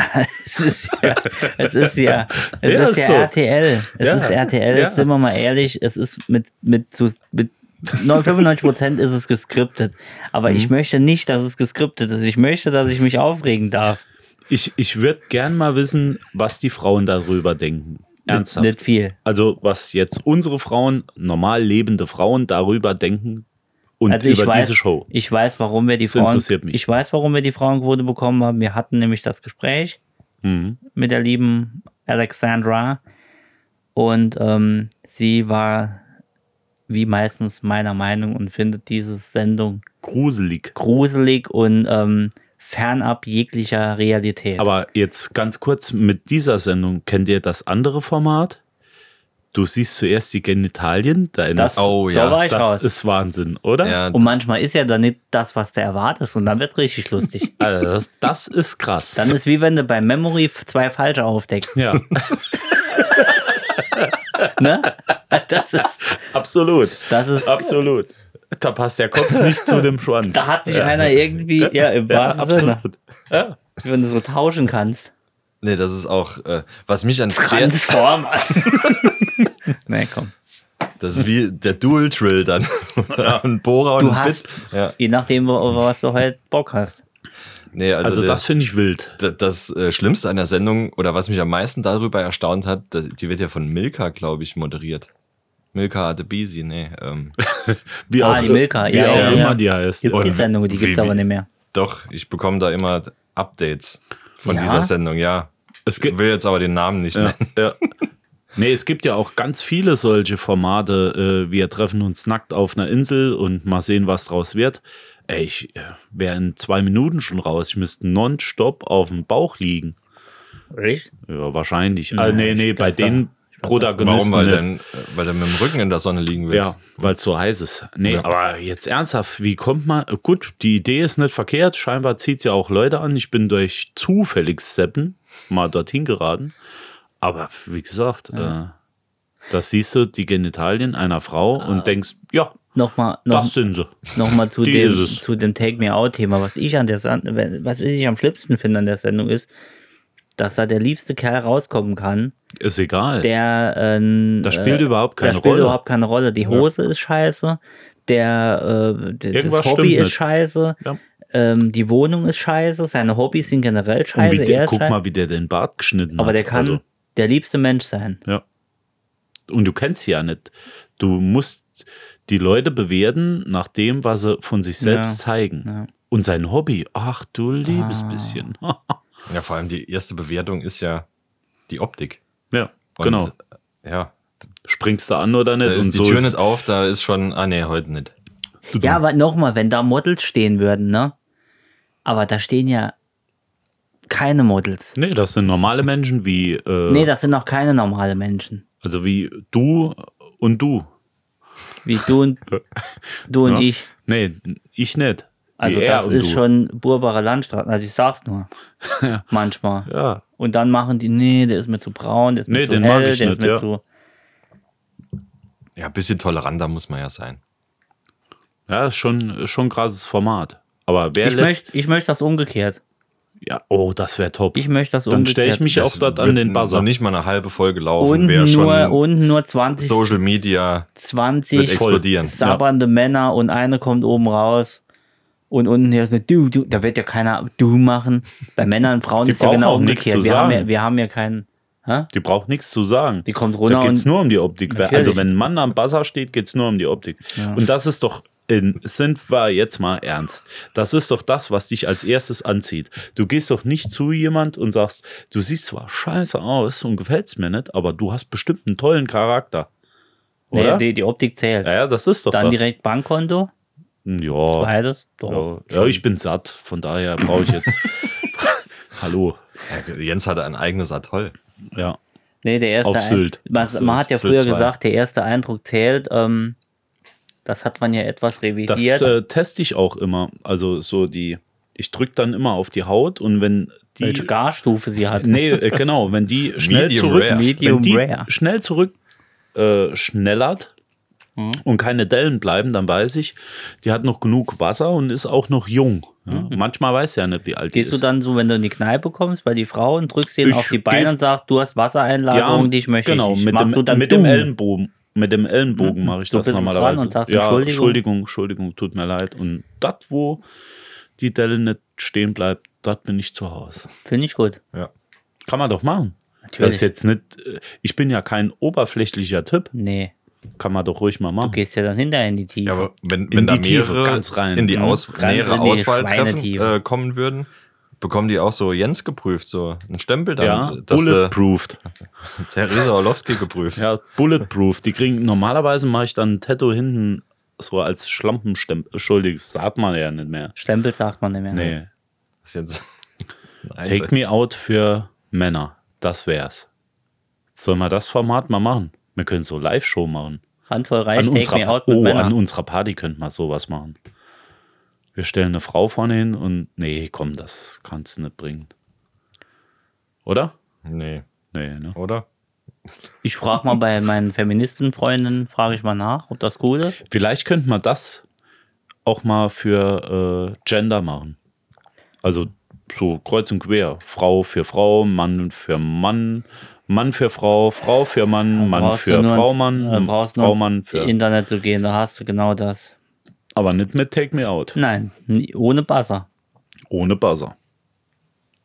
*laughs* es ist ja, es ist ja, es Ja, ist ist ja so. RTL. Es Ja. ist RTL, Ja. sind wir mal ehrlich, es ist mit, mit, zu, mit 95% ist es geskriptet. Aber ich Mhm. möchte nicht, dass es geskriptet ist. Ich möchte, dass ich mich aufregen darf. Ich, ich würde gern mal wissen, was die Frauen darüber denken. Ernsthaft. Nicht viel. Also, was jetzt unsere Frauen, normal lebende Frauen, darüber denken und Also ich über weiß, diese Show. ich weiß, warum wir die Das Frauen, interessiert mich. ich weiß, warum wir die Frauenquote bekommen haben. Wir hatten nämlich das Gespräch. Mhm. mit der lieben Alexandra. Und ähm, sie war wie meistens meiner Meinung und findet diese Sendung Gruselig. gruselig und ähm, fernab jeglicher Realität. Aber jetzt ganz kurz mit dieser Sendung, kennt ihr das andere Format? Du siehst zuerst die Genitalien deines. das, Oh da ja, war ich das raus. ist Wahnsinn, oder? Ja, und manchmal ist ja dann nicht das, was du erwartest und dann wird richtig lustig. *laughs* Also das, das ist krass. Dann ist wie wenn du bei Memory zwei falsche aufdeckst. ja, *laughs* Ne? absolut. Das ist, Absolut. Da passt der Kopf nicht zu dem Schwanz. da hat sich ja. einer irgendwie, ja, im ja, wahrsten Sinne, absolut. Ja. wenn du so tauschen kannst. nee, das ist auch, äh, was mich an der, Transform. *laughs* nee, komm. das ist wie der Dual Drill dann. *laughs* ein Bohrer und Du ein hast, Bit. Ja, je nachdem, wo- wo- was du halt Bock hast. nee, also, Also, der- das finde ich wild. D- das äh, Schlimmste an der Sendung oder was mich am meisten darüber erstaunt hat, da- die wird ja von Milka, glaube ich, moderiert. Milka Adebisi, nee. Ähm, *laughs* Wie Ah, die Milka, Wie ja, auch ja, immer ja. die heißt. Gibt die Und Sendung, die wie- gibt es aber wie- nicht mehr. doch, ich bekomme da immer Updates von Ja? dieser Sendung, ja. Es Ich gibt, will jetzt aber den Namen nicht ja, nennen. ja. Nee, es gibt ja auch ganz viele solche Formate. Äh, wir treffen uns nackt auf einer Insel und mal sehen, was draus wird. Ey, ich wäre in zwei Minuten schon raus. Ich müsste nonstop auf dem Bauch liegen. Richtig? Ja, wahrscheinlich. ah, nee, nee, bei den Warum? Protagonisten. Weil, nicht. denn, äh, weil du mit dem Rücken in der Sonne liegen willst. Ja, weil es so heiß ist. Nee, aber jetzt ernsthaft, wie kommt man? Gut, die Idee ist nicht verkehrt. Scheinbar zieht es ja auch Leute an. Ich bin durch zufälliges Seppen mal dorthin geraten. Aber wie gesagt, äh, das siehst du die Genitalien einer Frau und denkst, ja, Nochmal Ah. noch, das sind sie. noch mal zu, die dem, ist es. zu dem Take Me Out-Thema. Was ich an der Sendung, was ich am schlimmsten finde an der Sendung ist, dass da der liebste Kerl rauskommen kann, Ist egal. der ähm, Das spielt überhaupt keine das spielt Rolle. überhaupt keine Rolle. Die Hose ist scheiße, der äh, d- das Irgendwas Hobby stimmt ist nicht. scheiße, Ja. ähm, die Wohnung ist scheiße, seine Hobbys sind generell und scheiße. wie er der, ist guck scheiße. mal, wie der den Bart geschnitten hat. Aber der kann Also, der liebste Mensch sein. ja. Und du kennst sie ja nicht. Du musst die Leute bewerten nach dem, was sie von sich selbst Ja, zeigen. ja. Ah. Und sein Hobby, ach du liebes bisschen. *laughs* Ja, vor allem die erste Bewertung ist ja die Optik. ja, Und, genau. äh, Ja, Springst du an oder nicht? da ist und die so Tür ist, nicht auf, da ist schon, ah nee, heute nicht. Ja, aber nochmal, wenn da Models stehen würden, ne? Aber da stehen ja keine Models. Nee, das sind normale Menschen wie, äh, Nee, das sind auch keine normale Menschen. also wie du und du. Wie du und, du und *laughs* Ja. ich. Nee, ich nicht. Also wie das er und ist du. schon Burbacher Landstraßen. Also ich sag's nur. Manchmal. *laughs* Ja, Und dann machen die, nee, der ist mir zu braun, der ist mir Nee, zu den hell, mag ich der ist nicht, mir ja. zu... Ja, ein bisschen toleranter muss man ja sein. ja ist schon, schon ein krasses Format. Aber wer Ich lässt. möchte, ich möchte das umgekehrt. ja, oh, das wäre top. Ich möchte das Dann stelle ich umgekehrt. mich auch Das dort wird an den Buzzer. Noch nicht mal eine halbe Folge laufen, und wäre schon nur, und nur 20, Social Media 20 Wird explodieren. sabbernde Männer und eine kommt oben raus und unten hier ist eine Du, Du. Da wird ja keiner Du machen. Bei Männern und Frauen Die ist ja brauchen genau auch nichts umgekehrt. zu Wir haben, sagen. ja, wir haben ja keinen. Hä? Die braucht nichts zu sagen. Die kommt runter Da geht es und- nur um die Optik. Natürlich. Also, wenn ein Mann am Buzzer steht, geht es nur um die Optik. Und das ist doch, in, sind wir jetzt mal ernst, das ist doch das, was dich als erstes anzieht. Du gehst doch nicht zu jemand und sagst, du siehst zwar scheiße aus und gefällst mir nicht, aber du hast bestimmt einen tollen Charakter. Nee, Oder? die, die Optik zählt. ja, ja, das ist doch Dann das. direkt Bankkonto. Ja, Beides? Doch. ja, ja, ich bin satt, von daher brauche ich *laughs* jetzt. Hallo. Jens hatte ein eigenes Atoll. Ja. Nee, der erste Auf Ein- Sylt. Man, Auf Sylt. man hat ja Sylt früher zwei. gesagt, der erste Eindruck zählt. Ähm, das hat man ja etwas Das revidiert. äh, teste ich auch immer. Also so die, ich drücke dann immer auf die Haut und wenn die. welche Garstufe sie hat. Nee, äh, genau, *laughs* wenn die schnell Medium zurück, rare. Medium wenn die rare. schnell zurück äh, schnellert Mhm. und keine Dellen bleiben, dann weiß ich, die hat noch genug Wasser und ist auch noch jung. Ja? Manchmal weiß ich ja nicht, wie Mhm. alt Gehst die du ist. dann so, wenn du in die Kneipe kommst, bei die Frau und drückst denen Ich auf die Beine geh- und sagst, du hast Wassereinlagerung, die ich möchte. Genau, ich nicht. mit, Machst dem, du dann mit dem dumm? Mhm. Ellenbogen. Mit dem Ellenbogen mache ich So das bist du dran normalerweise. und sagst ja, Entschuldigung. Entschuldigung, Entschuldigung, tut mir leid. Und das, wo die Delle nicht stehen bleibt, das bin ich zu Hause. Finde ich gut. Ja. Kann man doch machen. Natürlich. Das ist jetzt nicht, äh, ich bin ja kein oberflächlicher Typ. Nee, Kann man doch ruhig mal machen. du gehst ja dann hinterher in die Tiefe. Ja, aber wenn, In wenn da die Tiefe, mehrere ganz rein. in die Mhm. Aus, Ganz nähere in die Auswahl treffen, Schweinetiefe. äh, kommen würden, bekommen die auch so Jens geprüft, so einen Stempel dann, äh, Ja, dass du bulletproofed. Theresa Orlowski geprüft. *laughs* Ja, bulletproof. Die kriegen, normalerweise mache ich dann ein Tattoo hinten so als Schlampenstempel. Entschuldigung, das sagt man ja nicht mehr. Stempel sagt man nicht mehr. ne? Nee. Das ist jetzt *laughs* Nein, Take me out für Männer. Das wär's. Sollen wir das Format mal machen? Wir können so Live-Show machen. Randvoll reich, take unserer me Pa- out mit oh, an Männern. unserer Party könnten wir sowas machen. Wir stellen eine Frau vorne hin und nee, komm, das kannst du nicht bringen. Oder? Nee, Nee, ne? oder? Ich frage mal bei meinen Feministenfreundinnen, frage ich mal nach, ob das gut ist. Vielleicht könnte man das auch mal für äh, Gender machen. Also so kreuz und quer. Frau für Frau, Mann für Mann, Mann für Frau, Frau für Mann, Mann Brauchst du für nur Frau, ins- Mann, äh, brauchst nur Frau, ins Mann für. Internet zu gehen, da hast du genau das. Aber nicht mit Take Me Out. Nein, nie- ohne Buzzer. Ohne Buzzer.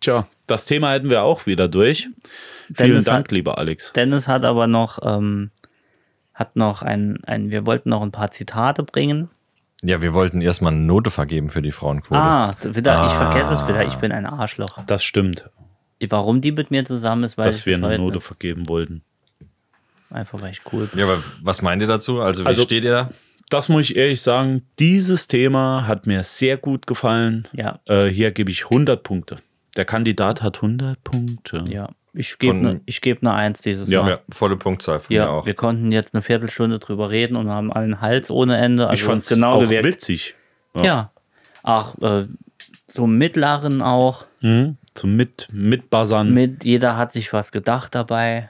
Tja, das Thema hätten wir auch wieder durch. Vielen Dennis Dank, hat- lieber Alex. Dennis hat aber noch, ähm, hat noch ein, ein, wir wollten noch ein paar Zitate bringen. Ja, wir wollten erstmal eine Note vergeben für die Frauenquote. Ah, wieder, ich vergesse es wieder, ich Ah. bin ein Arschloch. Das stimmt, Warum die mit mir zusammen ist, weil dass ich wir bis eine heute Note nicht- vergeben wollten. Einfach weil ich cool bin. Ja, aber was meint ihr dazu? Also, wie Also- steht ihr da? Das muss ich ehrlich sagen, dieses Thema hat mir sehr gut gefallen. Ja, Äh, hier gebe ich 100 Punkte. Der Kandidat hat 100 Punkte. ja. Ich gebe Von- ne, ich geb eine Eins dieses Ja. Mal. Ja, volle Punktzahl von mir Ja, auch. wir konnten jetzt eine Viertelstunde drüber reden und haben allen Hals ohne Ende. Also ich fand es ist genau auch gewirkt. witzig. Ja. Ach, äh, so mittleren auch. Mhm. So mit, mit Buzzern. Mit, jeder hat sich was gedacht dabei.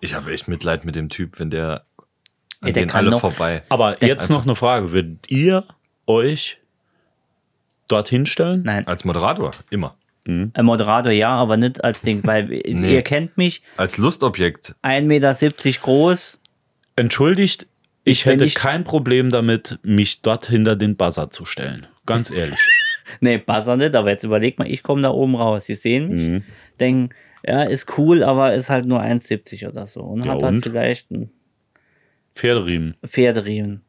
Ich habe echt Mitleid mit dem Typ, wenn der an Ey, der den kann alle noch- vorbei. Aber jetzt also noch eine Frage. Würdet ihr euch dorthin stellen? Nein, Als Moderator, immer. ein Moderator ja, aber nicht als Ding, weil *laughs* äh, ihr kennt mich, Als Lustobjekt. 1,70 Meter groß. Entschuldigt, ich Wenn hätte ich- kein Problem damit, mich dort hinter den Buzzer zu stellen. *laughs* Ganz ehrlich. Nee, Buzzer nicht, aber jetzt überleg mal, ich komme da oben raus. Sie sehen mich, Mhm. denken, ja, ist cool, aber ist halt nur 1,70 oder so. Und Ja, hat halt und? vielleicht einen Pferderiemen. Pferderiemen.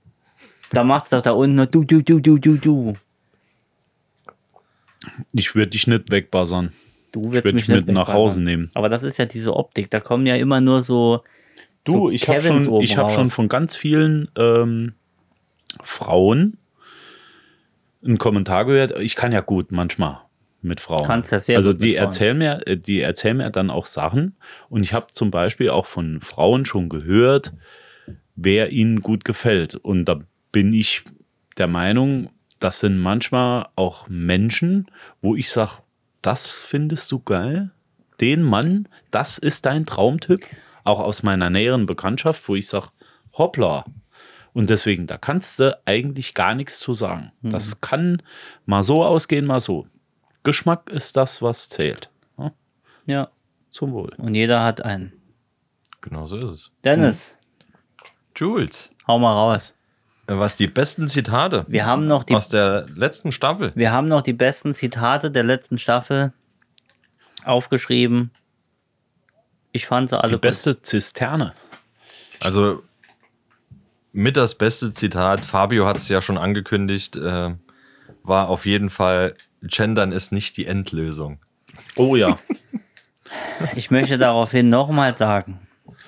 Da macht's doch da unten nur du, du, du, du, du, du. Ich würde dich nicht wegbuzzern. Du Ich willst würde mich dich nicht mit nach wegweisen. Hause nehmen. Aber das ist ja diese Optik. Da kommen ja immer nur so. Du, So ich habe Kevins schon, oben ich hab schon raus. von ganz vielen ähm, Frauen einen Kommentar gehört. Ich kann ja gut manchmal mit Frauen. Kannst ja sehr also gut die mit Frauen. erzählen mir, äh, die erzählen mir dann auch Sachen. Und ich habe zum Beispiel auch von Frauen schon gehört, wer ihnen gut gefällt. Und da bin ich der Meinung, das sind manchmal auch Menschen, wo ich sage, das findest du geil? Den Mann, das ist dein Traumtyp? Auch aus meiner näheren Bekanntschaft, wo ich sage, hoppla. Und deswegen, da kannst du eigentlich gar nichts zu sagen. Mhm. Das kann mal so ausgehen, mal so. Geschmack ist das, was zählt. Ja, Ja. zum Wohl. Und jeder hat einen. Genau so ist es. Dennis, Mhm. Jules, hau mal raus. was die besten Zitate Wir haben noch die, aus der letzten Staffel. wir haben noch die besten Zitate der letzten Staffel aufgeschrieben. Ich fand sie alle Die gut. beste Zisterne. Also mit das beste Zitat, Fabio hat es ja schon angekündigt, äh, war auf jeden Fall, Gendern ist nicht die Endlösung. *laughs* Oh ja. Ich möchte daraufhin nochmal sagen,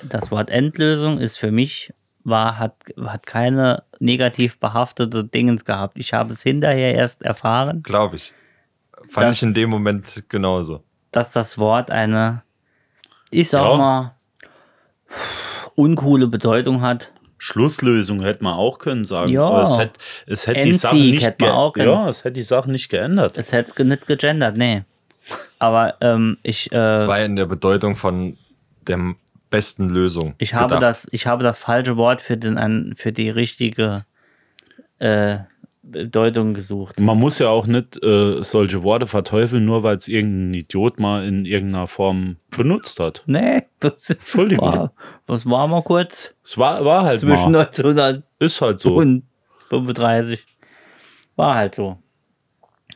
das Wort Endlösung ist für mich war, hat, hat keine negativ behaftete Dingens gehabt. Ich habe es hinterher erst erfahren, glaube ich. Fand Das- ich in dem Moment genauso. dass das Wort eine, ich sag Ja. mal, uncoole Bedeutung hat. Schlusslösung hätte man auch können sagen. Ja. Aber es hätte, es hätte die Endsieg Sache nicht hätte man ge- auch können. Ja, es hätte die Sache nicht geändert. Es hätte es nicht gegendert, nee. Aber ähm, ich, Es äh, war in der Bedeutung von der besten Lösung. ich, habe gedacht. das, ich habe das falsche Wort für, den, an- für die richtige äh, Bedeutung gesucht. Man muss ja auch nicht äh, solche Worte verteufeln, nur weil es irgendein Idiot mal in irgendeiner Form benutzt hat. Nee, das Entschuldigung. War, das war mal kurz Es war, war halt zwischen mal. 1900 Ist halt so. und 35. War halt so.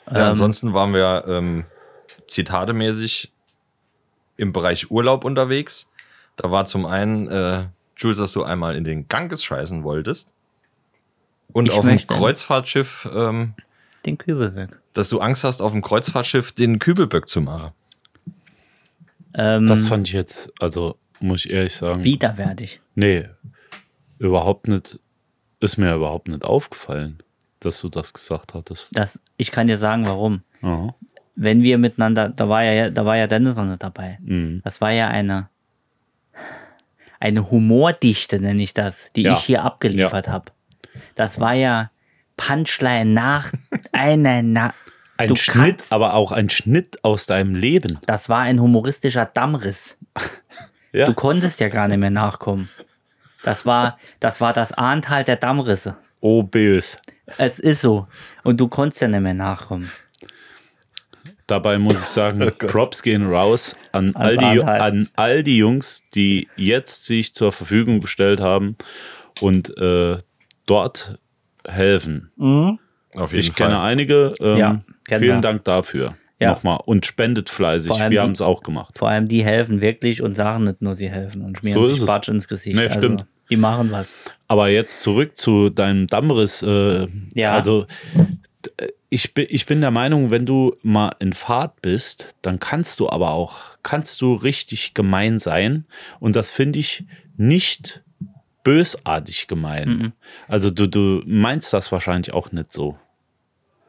Ja, ansonsten waren wir ähm, zitatemäßig im Bereich Urlaub unterwegs. Da war zum einen, äh, Jules, dass du einmal in den Ganges scheißen wolltest. Und Ich auf dem möchte. Kreuzfahrtschiff, ähm, Den Kübel weg. dass du Angst hast, auf dem Kreuzfahrtschiff den Kübelböck zu machen. Ähm, Das fand ich jetzt, also muss ich ehrlich sagen. widerwärtig. Nee, überhaupt nicht. Ist mir überhaupt nicht aufgefallen, dass du das gesagt hattest. Das, ich kann dir sagen, warum. Ja. Wenn wir miteinander, da war ja, da war ja Dennis noch nicht dabei. Mhm. Das war ja eine, eine Humordichte, nenne ich das, die Ja. ich hier abgeliefert habe. Das war ja Punchline nach einer nach. Ein Du Schnitt, kannst- aber auch ein Schnitt aus deinem Leben. Das war ein humoristischer Dammriss. Ja. Du konntest ja gar nicht mehr nachkommen. Das war das, war das Ahntal der Dammrisse. Oh, bös. Es ist so. Und du konntest ja nicht mehr nachkommen. Dabei muss *laughs* ich sagen, Props gehen raus an all, Oh Ans die, Anhalt. an all die Jungs, die jetzt sich zur Verfügung gestellt haben und äh, dort helfen. Auf jeden Ich Fall. kenne einige. Ähm, Ja, kennen vielen wir. Dank dafür. Ja. Nochmal. Und spendet fleißig. Vor allem Wir die- haben es auch gemacht. Vor allem die helfen wirklich und sagen nicht nur, sie helfen und schmieren So ist sich es. Quatsch ins Gesicht. Also, Nee, stimmt. Die machen was. Aber jetzt zurück zu deinem Dammriss. Äh, Ja. Also, d- ich bin, ich bin der Meinung, wenn du mal in Fahrt bist, dann kannst du aber auch, kannst du richtig gemein sein. Und das finde ich nicht bösartig gemein. Mhm. Also, du, du meinst das wahrscheinlich auch nicht so.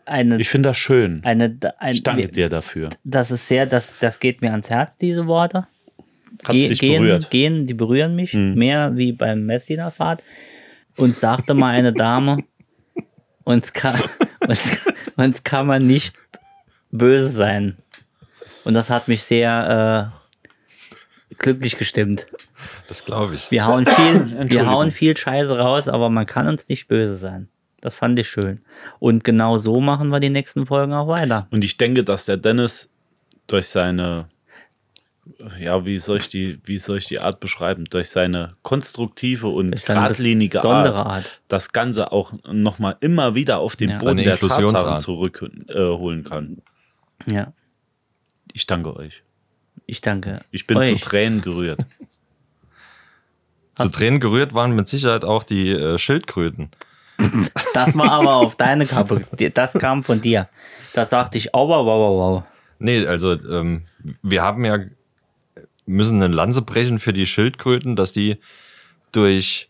Eine, Ich finde das schön. eine, ein, Ich danke dir dafür. Das ist sehr, das, das geht mir ans Herz, diese Worte. Hat Ge- dich gehen, berührt. Mhm. Gehen, die berühren mich mehr wie beim Messina-Fahrt. Uns sagte mal eine *laughs* Dame, uns kann, uns, uns kann man nicht böse sein. Und das hat mich sehr äh, glücklich gestimmt. Das glaube ich. Wir hauen, viel, wir Entschuldigung. hauen viel Scheiße raus, aber man kann uns nicht böse sein. Das fand ich schön. Und genau so machen wir die nächsten Folgen auch weiter. Und ich denke, dass der Dennis durch seine, ja, wie soll ich die, wie soll ich die Art beschreiben, durch seine konstruktive und Durch seine geradlinige besondere Art, Art. das Ganze auch nochmal immer wieder auf den Ja. Boden Seine der Inklusionsart. Tatsachen zurückholen kann. Ja, Ich danke euch. ich danke. Ich bin euch. zu Tränen *laughs* gerührt. Zu Tränen gerührt waren mit Sicherheit auch die äh, Schildkröten. Das war aber auf deine Kappe. Dir- Das kam von dir. Da sagte ich, au, wow, wow, wow, wow. Nee, also ähm, wir haben ja müssen eine Lanze brechen für die Schildkröten, dass die durch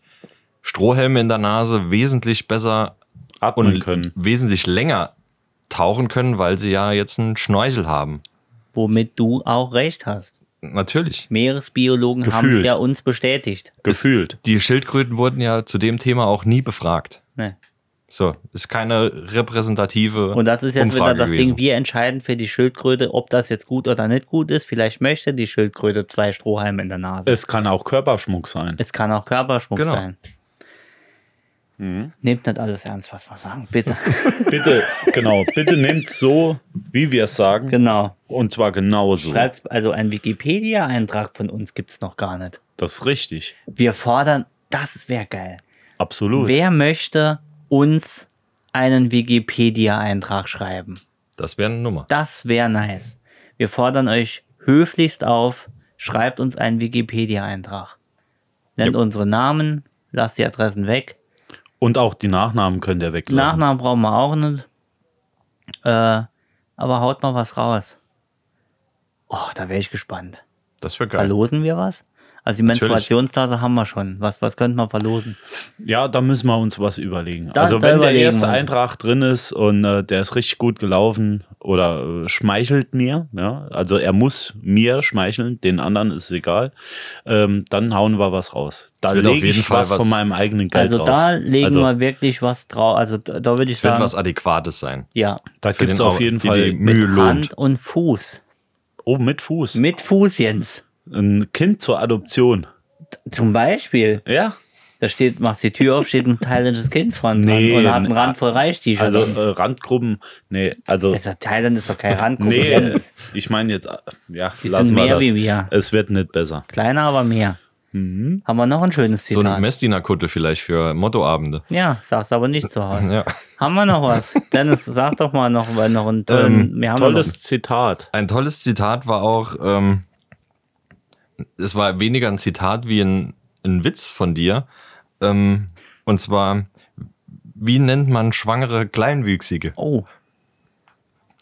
Strohhelme in der Nase wesentlich besser Atmen und können. wesentlich länger tauchen können, weil sie ja jetzt einen Schnorchel haben. Womit du auch recht hast. Natürlich. Meeresbiologen haben es Gefühlt. ja uns bestätigt. Gefühlt. Die Schildkröten wurden ja zu dem Thema auch nie befragt. Ne. So, ist keine repräsentative Und das ist jetzt Umfrage wieder das gewesen. Ding, wir entscheiden für die Schildkröte, ob das jetzt gut oder nicht gut ist. Vielleicht möchte die Schildkröte zwei Strohhalme in der Nase. Es kann auch Körperschmuck sein. Es kann auch Körperschmuck Genau. Mhm. sein. Nehmt nicht alles ernst, was wir sagen, bitte. *laughs* Bitte, *laughs* genau, bitte nehmt so, wie wir es sagen. genau. Und zwar genauso. Schreibt's- Also ein Wikipedia-Eintrag von uns gibt es noch gar nicht. Das ist richtig. Wir fordern, das wäre geil. Absolut. Wer möchte uns einen Wikipedia-Eintrag schreiben? das wäre eine Nummer. Das wäre nice. Wir fordern euch höflichst auf, schreibt uns einen Wikipedia-Eintrag. Nennt unsere Namen, lasst die Adressen weg. Und auch die Nachnamen könnt ihr weglassen. Nachnamen brauchen wir auch nicht. Äh, aber haut mal was raus. Oh, da wäre ich gespannt. Das wäre geil. Verlosen wir was? Also die Natürlich. Menstruationstasse haben wir schon. Was, was könnten wir verlosen? Ja, da müssen wir uns was überlegen. Da- also da wenn der überlegen erste wir. Eintrag drin ist und äh, der ist richtig gut gelaufen oder äh, schmeichelt mir, ja, also er muss mir schmeicheln, den anderen ist egal, ähm, dann hauen wir was raus. Da Es wird auf lege jeden ich Fall was was- von meinem eigenen Geld Also drauf. da legen also, wir wirklich was drauf. Also da, da würde ich Es wird sagen, was Adäquates sein. ja, da Für gibt es den auf Au- jeden die, Fall Die Mühe lohnt. Hand und Fuß. oh, mit Fuß. Mit Fuß, Jens. Ein Kind zur Adoption. Zum Beispiel, Ja, da steht, machst die Tür auf, steht ein thailändisches Kind vorne Nee, dran und hat einen nee. Rand voll Reich-T-Shirt. also äh, Randgruppen, nee, also Also Thailand ist doch kein Rand. nee, äh, Jens. ich meine jetzt, äh, ja, Die lassen sind wir mehr das. wie wir. Es wird nicht besser. Kleiner, aber mehr. Mhm. Haben wir noch ein schönes So eine Zitat? Messdienerkutte vielleicht für Mottoabende. ja, sagst aber nicht zu *laughs* Hause. Ja. Haben wir noch was? Dennis, sag doch mal noch, weil noch ein tollen, wir haben Ähm, Tolles Zitat. Ein tolles Zitat war auch, ähm, es war weniger ein Zitat wie ein, ein Witz von dir. Ähm, und zwar, wie nennt man schwangere Kleinwüchsige? noch- Oh,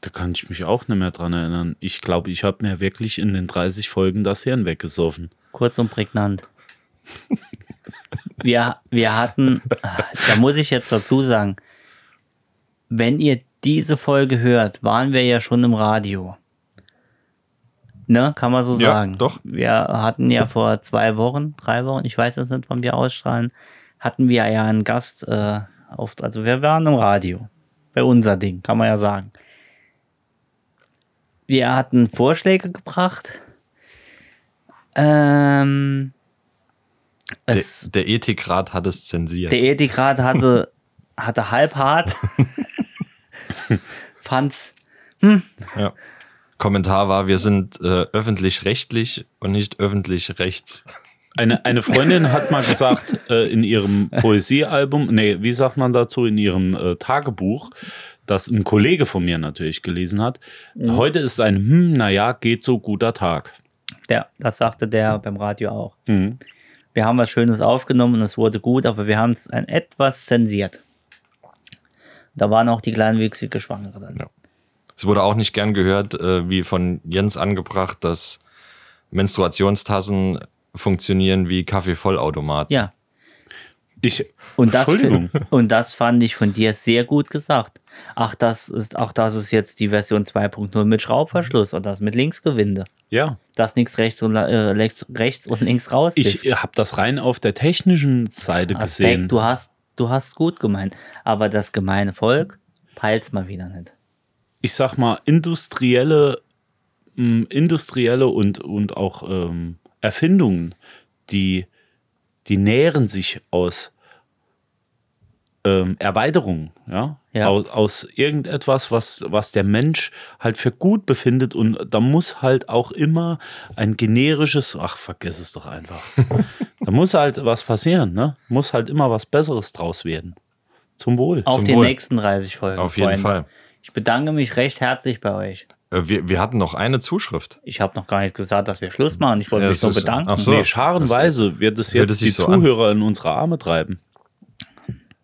Da kann ich mich auch nicht mehr dran erinnern. Ich glaube, ich habe mir wirklich in den 30 Folgen das Hirn weggesoffen. kurz und prägnant. Wir, wir hatten, da muss ich jetzt dazu sagen, wenn ihr diese Folge hört, waren wir ja schon im Radio. Ne, kann man so Ja, sagen. doch. Wir hatten ja vor zwei Wochen, drei Wochen, ich weiß jetzt nicht, wann wir ausstrahlen, hatten wir ja einen Gast äh, auf, also wir waren im Radio. Bei unser Ding, kann man ja sagen. Wir hatten Vorschläge gebracht. Ähm, Der, es, der Ethikrat hat es zensiert. der Ethikrat *laughs* hatte, hatte halb *laughs* hart. Fand's. ja. Kommentar war, wir sind äh, öffentlich-rechtlich und nicht öffentlich-rechts. Eine, eine Freundin hat mal *laughs* gesagt, äh, in ihrem Poesiealbum, nee, wie sagt man dazu, in ihrem äh, Tagebuch, das ein Kollege von mir natürlich gelesen hat. Mhm. Heute ist ein, hm, naja, geht so guter Tag. Der, das sagte der beim Radio auch. Wir haben was Schönes aufgenommen und es wurde gut, aber wir haben es ein etwas zensiert. Da waren auch die kleinwüchsige Schwangere dann. Es wurde auch nicht gern gehört, äh, wie von Jens angebracht, dass Menstruationstassen funktionieren wie Kaffeevollautomaten. Ja. Ich, Und das, Entschuldigung. fi- und das fand ich von dir sehr gut gesagt. Ach, das ist, ach, das ist jetzt die Version 2.0 mit Schraubverschluss und das mit Linksgewinde. Ja. Dass nichts rechts und, la- äh, rechts, rechts und links raus Ich habe das rein auf der technischen Seite Ah, gesehen. Aspekt, du hast, du hast gut gemeint. Aber das gemeine Volk peilt's mal wieder nicht. ich sag mal, industrielle, mh, industrielle und, und auch ähm, Erfindungen, die, die nähren sich aus ähm, Erweiterungen, ja. Ja. Aus, aus irgendetwas, was, was der Mensch halt für gut befindet und da muss halt auch immer ein generisches, ach, vergiss es *laughs* doch einfach. da muss halt was passieren, ne? Muss halt immer was Besseres draus werden. Zum Wohl. Auf Zum die Wohl. nächsten 30 Folgen. Auf jeden Freunde. Fall. Ich bedanke mich recht herzlich bei euch. Äh, wir, wir hatten noch eine Zuschrift. Ich habe noch gar nicht gesagt, dass wir Schluss machen. Ich wollte Ja, mich das nur ist- bedanken. ach so. nee, scharenweise wird es Hört jetzt es die sich so an. Zuhörer in unsere Arme treiben.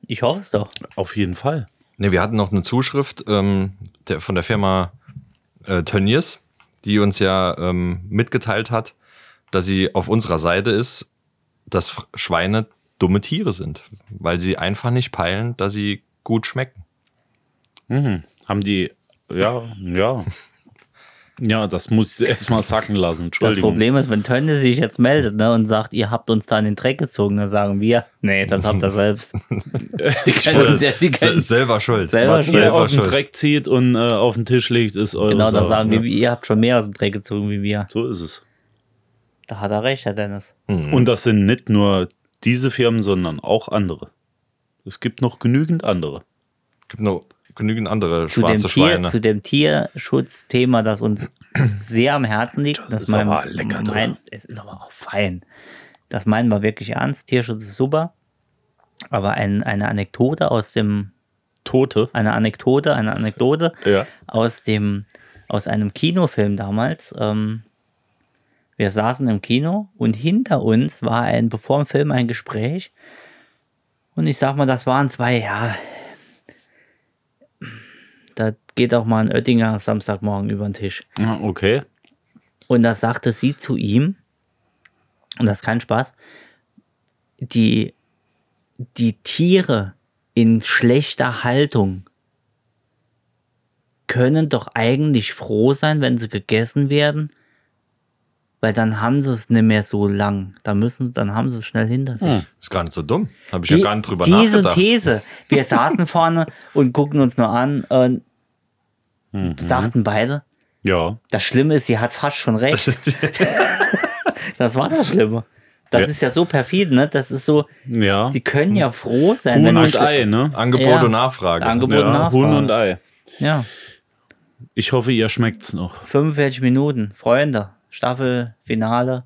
Ich hoffe es doch. Auf jeden Fall. Ne, wir hatten noch eine Zuschrift ähm, der, von der Firma äh, Tönnies, die uns ja ähm, mitgeteilt hat, dass sie auf unserer Seite ist, dass F- Schweine dumme Tiere sind, weil sie einfach nicht peilen, dass sie gut schmecken. Mhm. Haben die, ja, ja. Ja, das muss ich erstmal sacken lassen. Das Entschuldigung. Problem ist, wenn Tönne sich jetzt meldet ne, und sagt, ihr habt uns da in den Dreck gezogen, dann sagen wir, nee, *laughs* das habt ihr selbst. *laughs* ich Also, wollte, sehr- die Se- kennen- selber schuld. Selber was ihr selber aus dem Dreck zieht und äh, auf den Tisch legt, ist eure Genau, dann Sache. ne? sagen ja. wir, ihr habt schon mehr aus dem Dreck gezogen wie wir. So ist es. Da hat er recht, Herr Dennis. Und das sind nicht nur diese Firmen, sondern auch andere. Es gibt noch genügend andere. gibt noch genügend andere Zu dem, äh, schwarze Tier, Schweine. zu dem Tierschutzthema, das uns sehr am Herzen liegt. Das, ist aber lecker, du. mein, Es ist aber auch fein. Das meinen wir wirklich ernst. Tierschutz ist super. Aber ein, eine Anekdote aus dem Tote. eine Anekdote, eine Anekdote Ja. aus dem aus einem Kinofilm damals. Ähm, wir saßen im Kino und hinter uns war ein, bevor dem Film ein Gespräch. Und ich sag mal, das waren zwei, ja. Da geht auch mal ein Oettinger Ah, Samstagmorgen über den Tisch. Ah, Okay. Und da sagte sie zu ihm, und das ist kein Spaß, die, die Tiere in schlechter Haltung können doch eigentlich froh sein, wenn sie gegessen werden, weil dann haben sie es nicht mehr so lang. Da müssen, dann haben sie es schnell hinter sich. Ist gar nicht so dumm. Habe ich Die- ja gar nicht drüber diese nachgedacht. These. Wir saßen vorne und guckten uns nur an und Mhm. sagten beide, Ja. das Schlimme ist, sie hat fast schon recht. *laughs* das war das Schlimme. Das Ja. ist ja so perfide, ne? Das ist so, Ja. die können ja froh sein, Huhn wenn und du- Ei, ne? Angebot Ja. und Nachfrage. Angebot und Ja, Nachfrage. Huhn und Ei. Ja, Ich hoffe, ihr schmeckt's noch. 45 Minuten. Freunde, Staffel, Finale.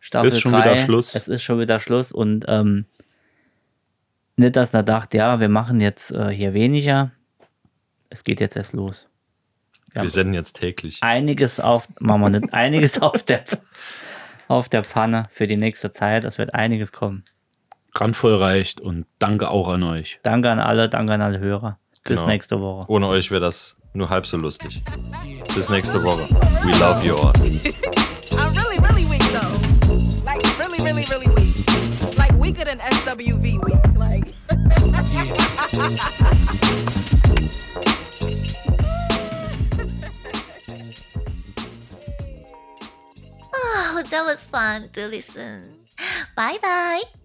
Staffel Ist schon drei. wieder Schluss. Es ist schon wieder Schluss und ähm, nicht, dass man dachte, ja, wir machen jetzt äh, hier weniger. Es geht jetzt erst los. Wir senden jetzt täglich. einiges auf, machen wir nicht, einiges auf der, auf der Pfanne für die nächste Zeit. Es wird einiges kommen. Randvoll reicht und danke auch an euch. Danke an alle, danke an alle Hörer. Bis Genau. nächste Woche. Ohne euch wäre das nur halb so lustig. Bis nächste Woche. We love you all. I'm really, really weak though. Like really, really, really weak. Like weaker than SWV weak. Like. Oh, that was fun to listen. Bye bye.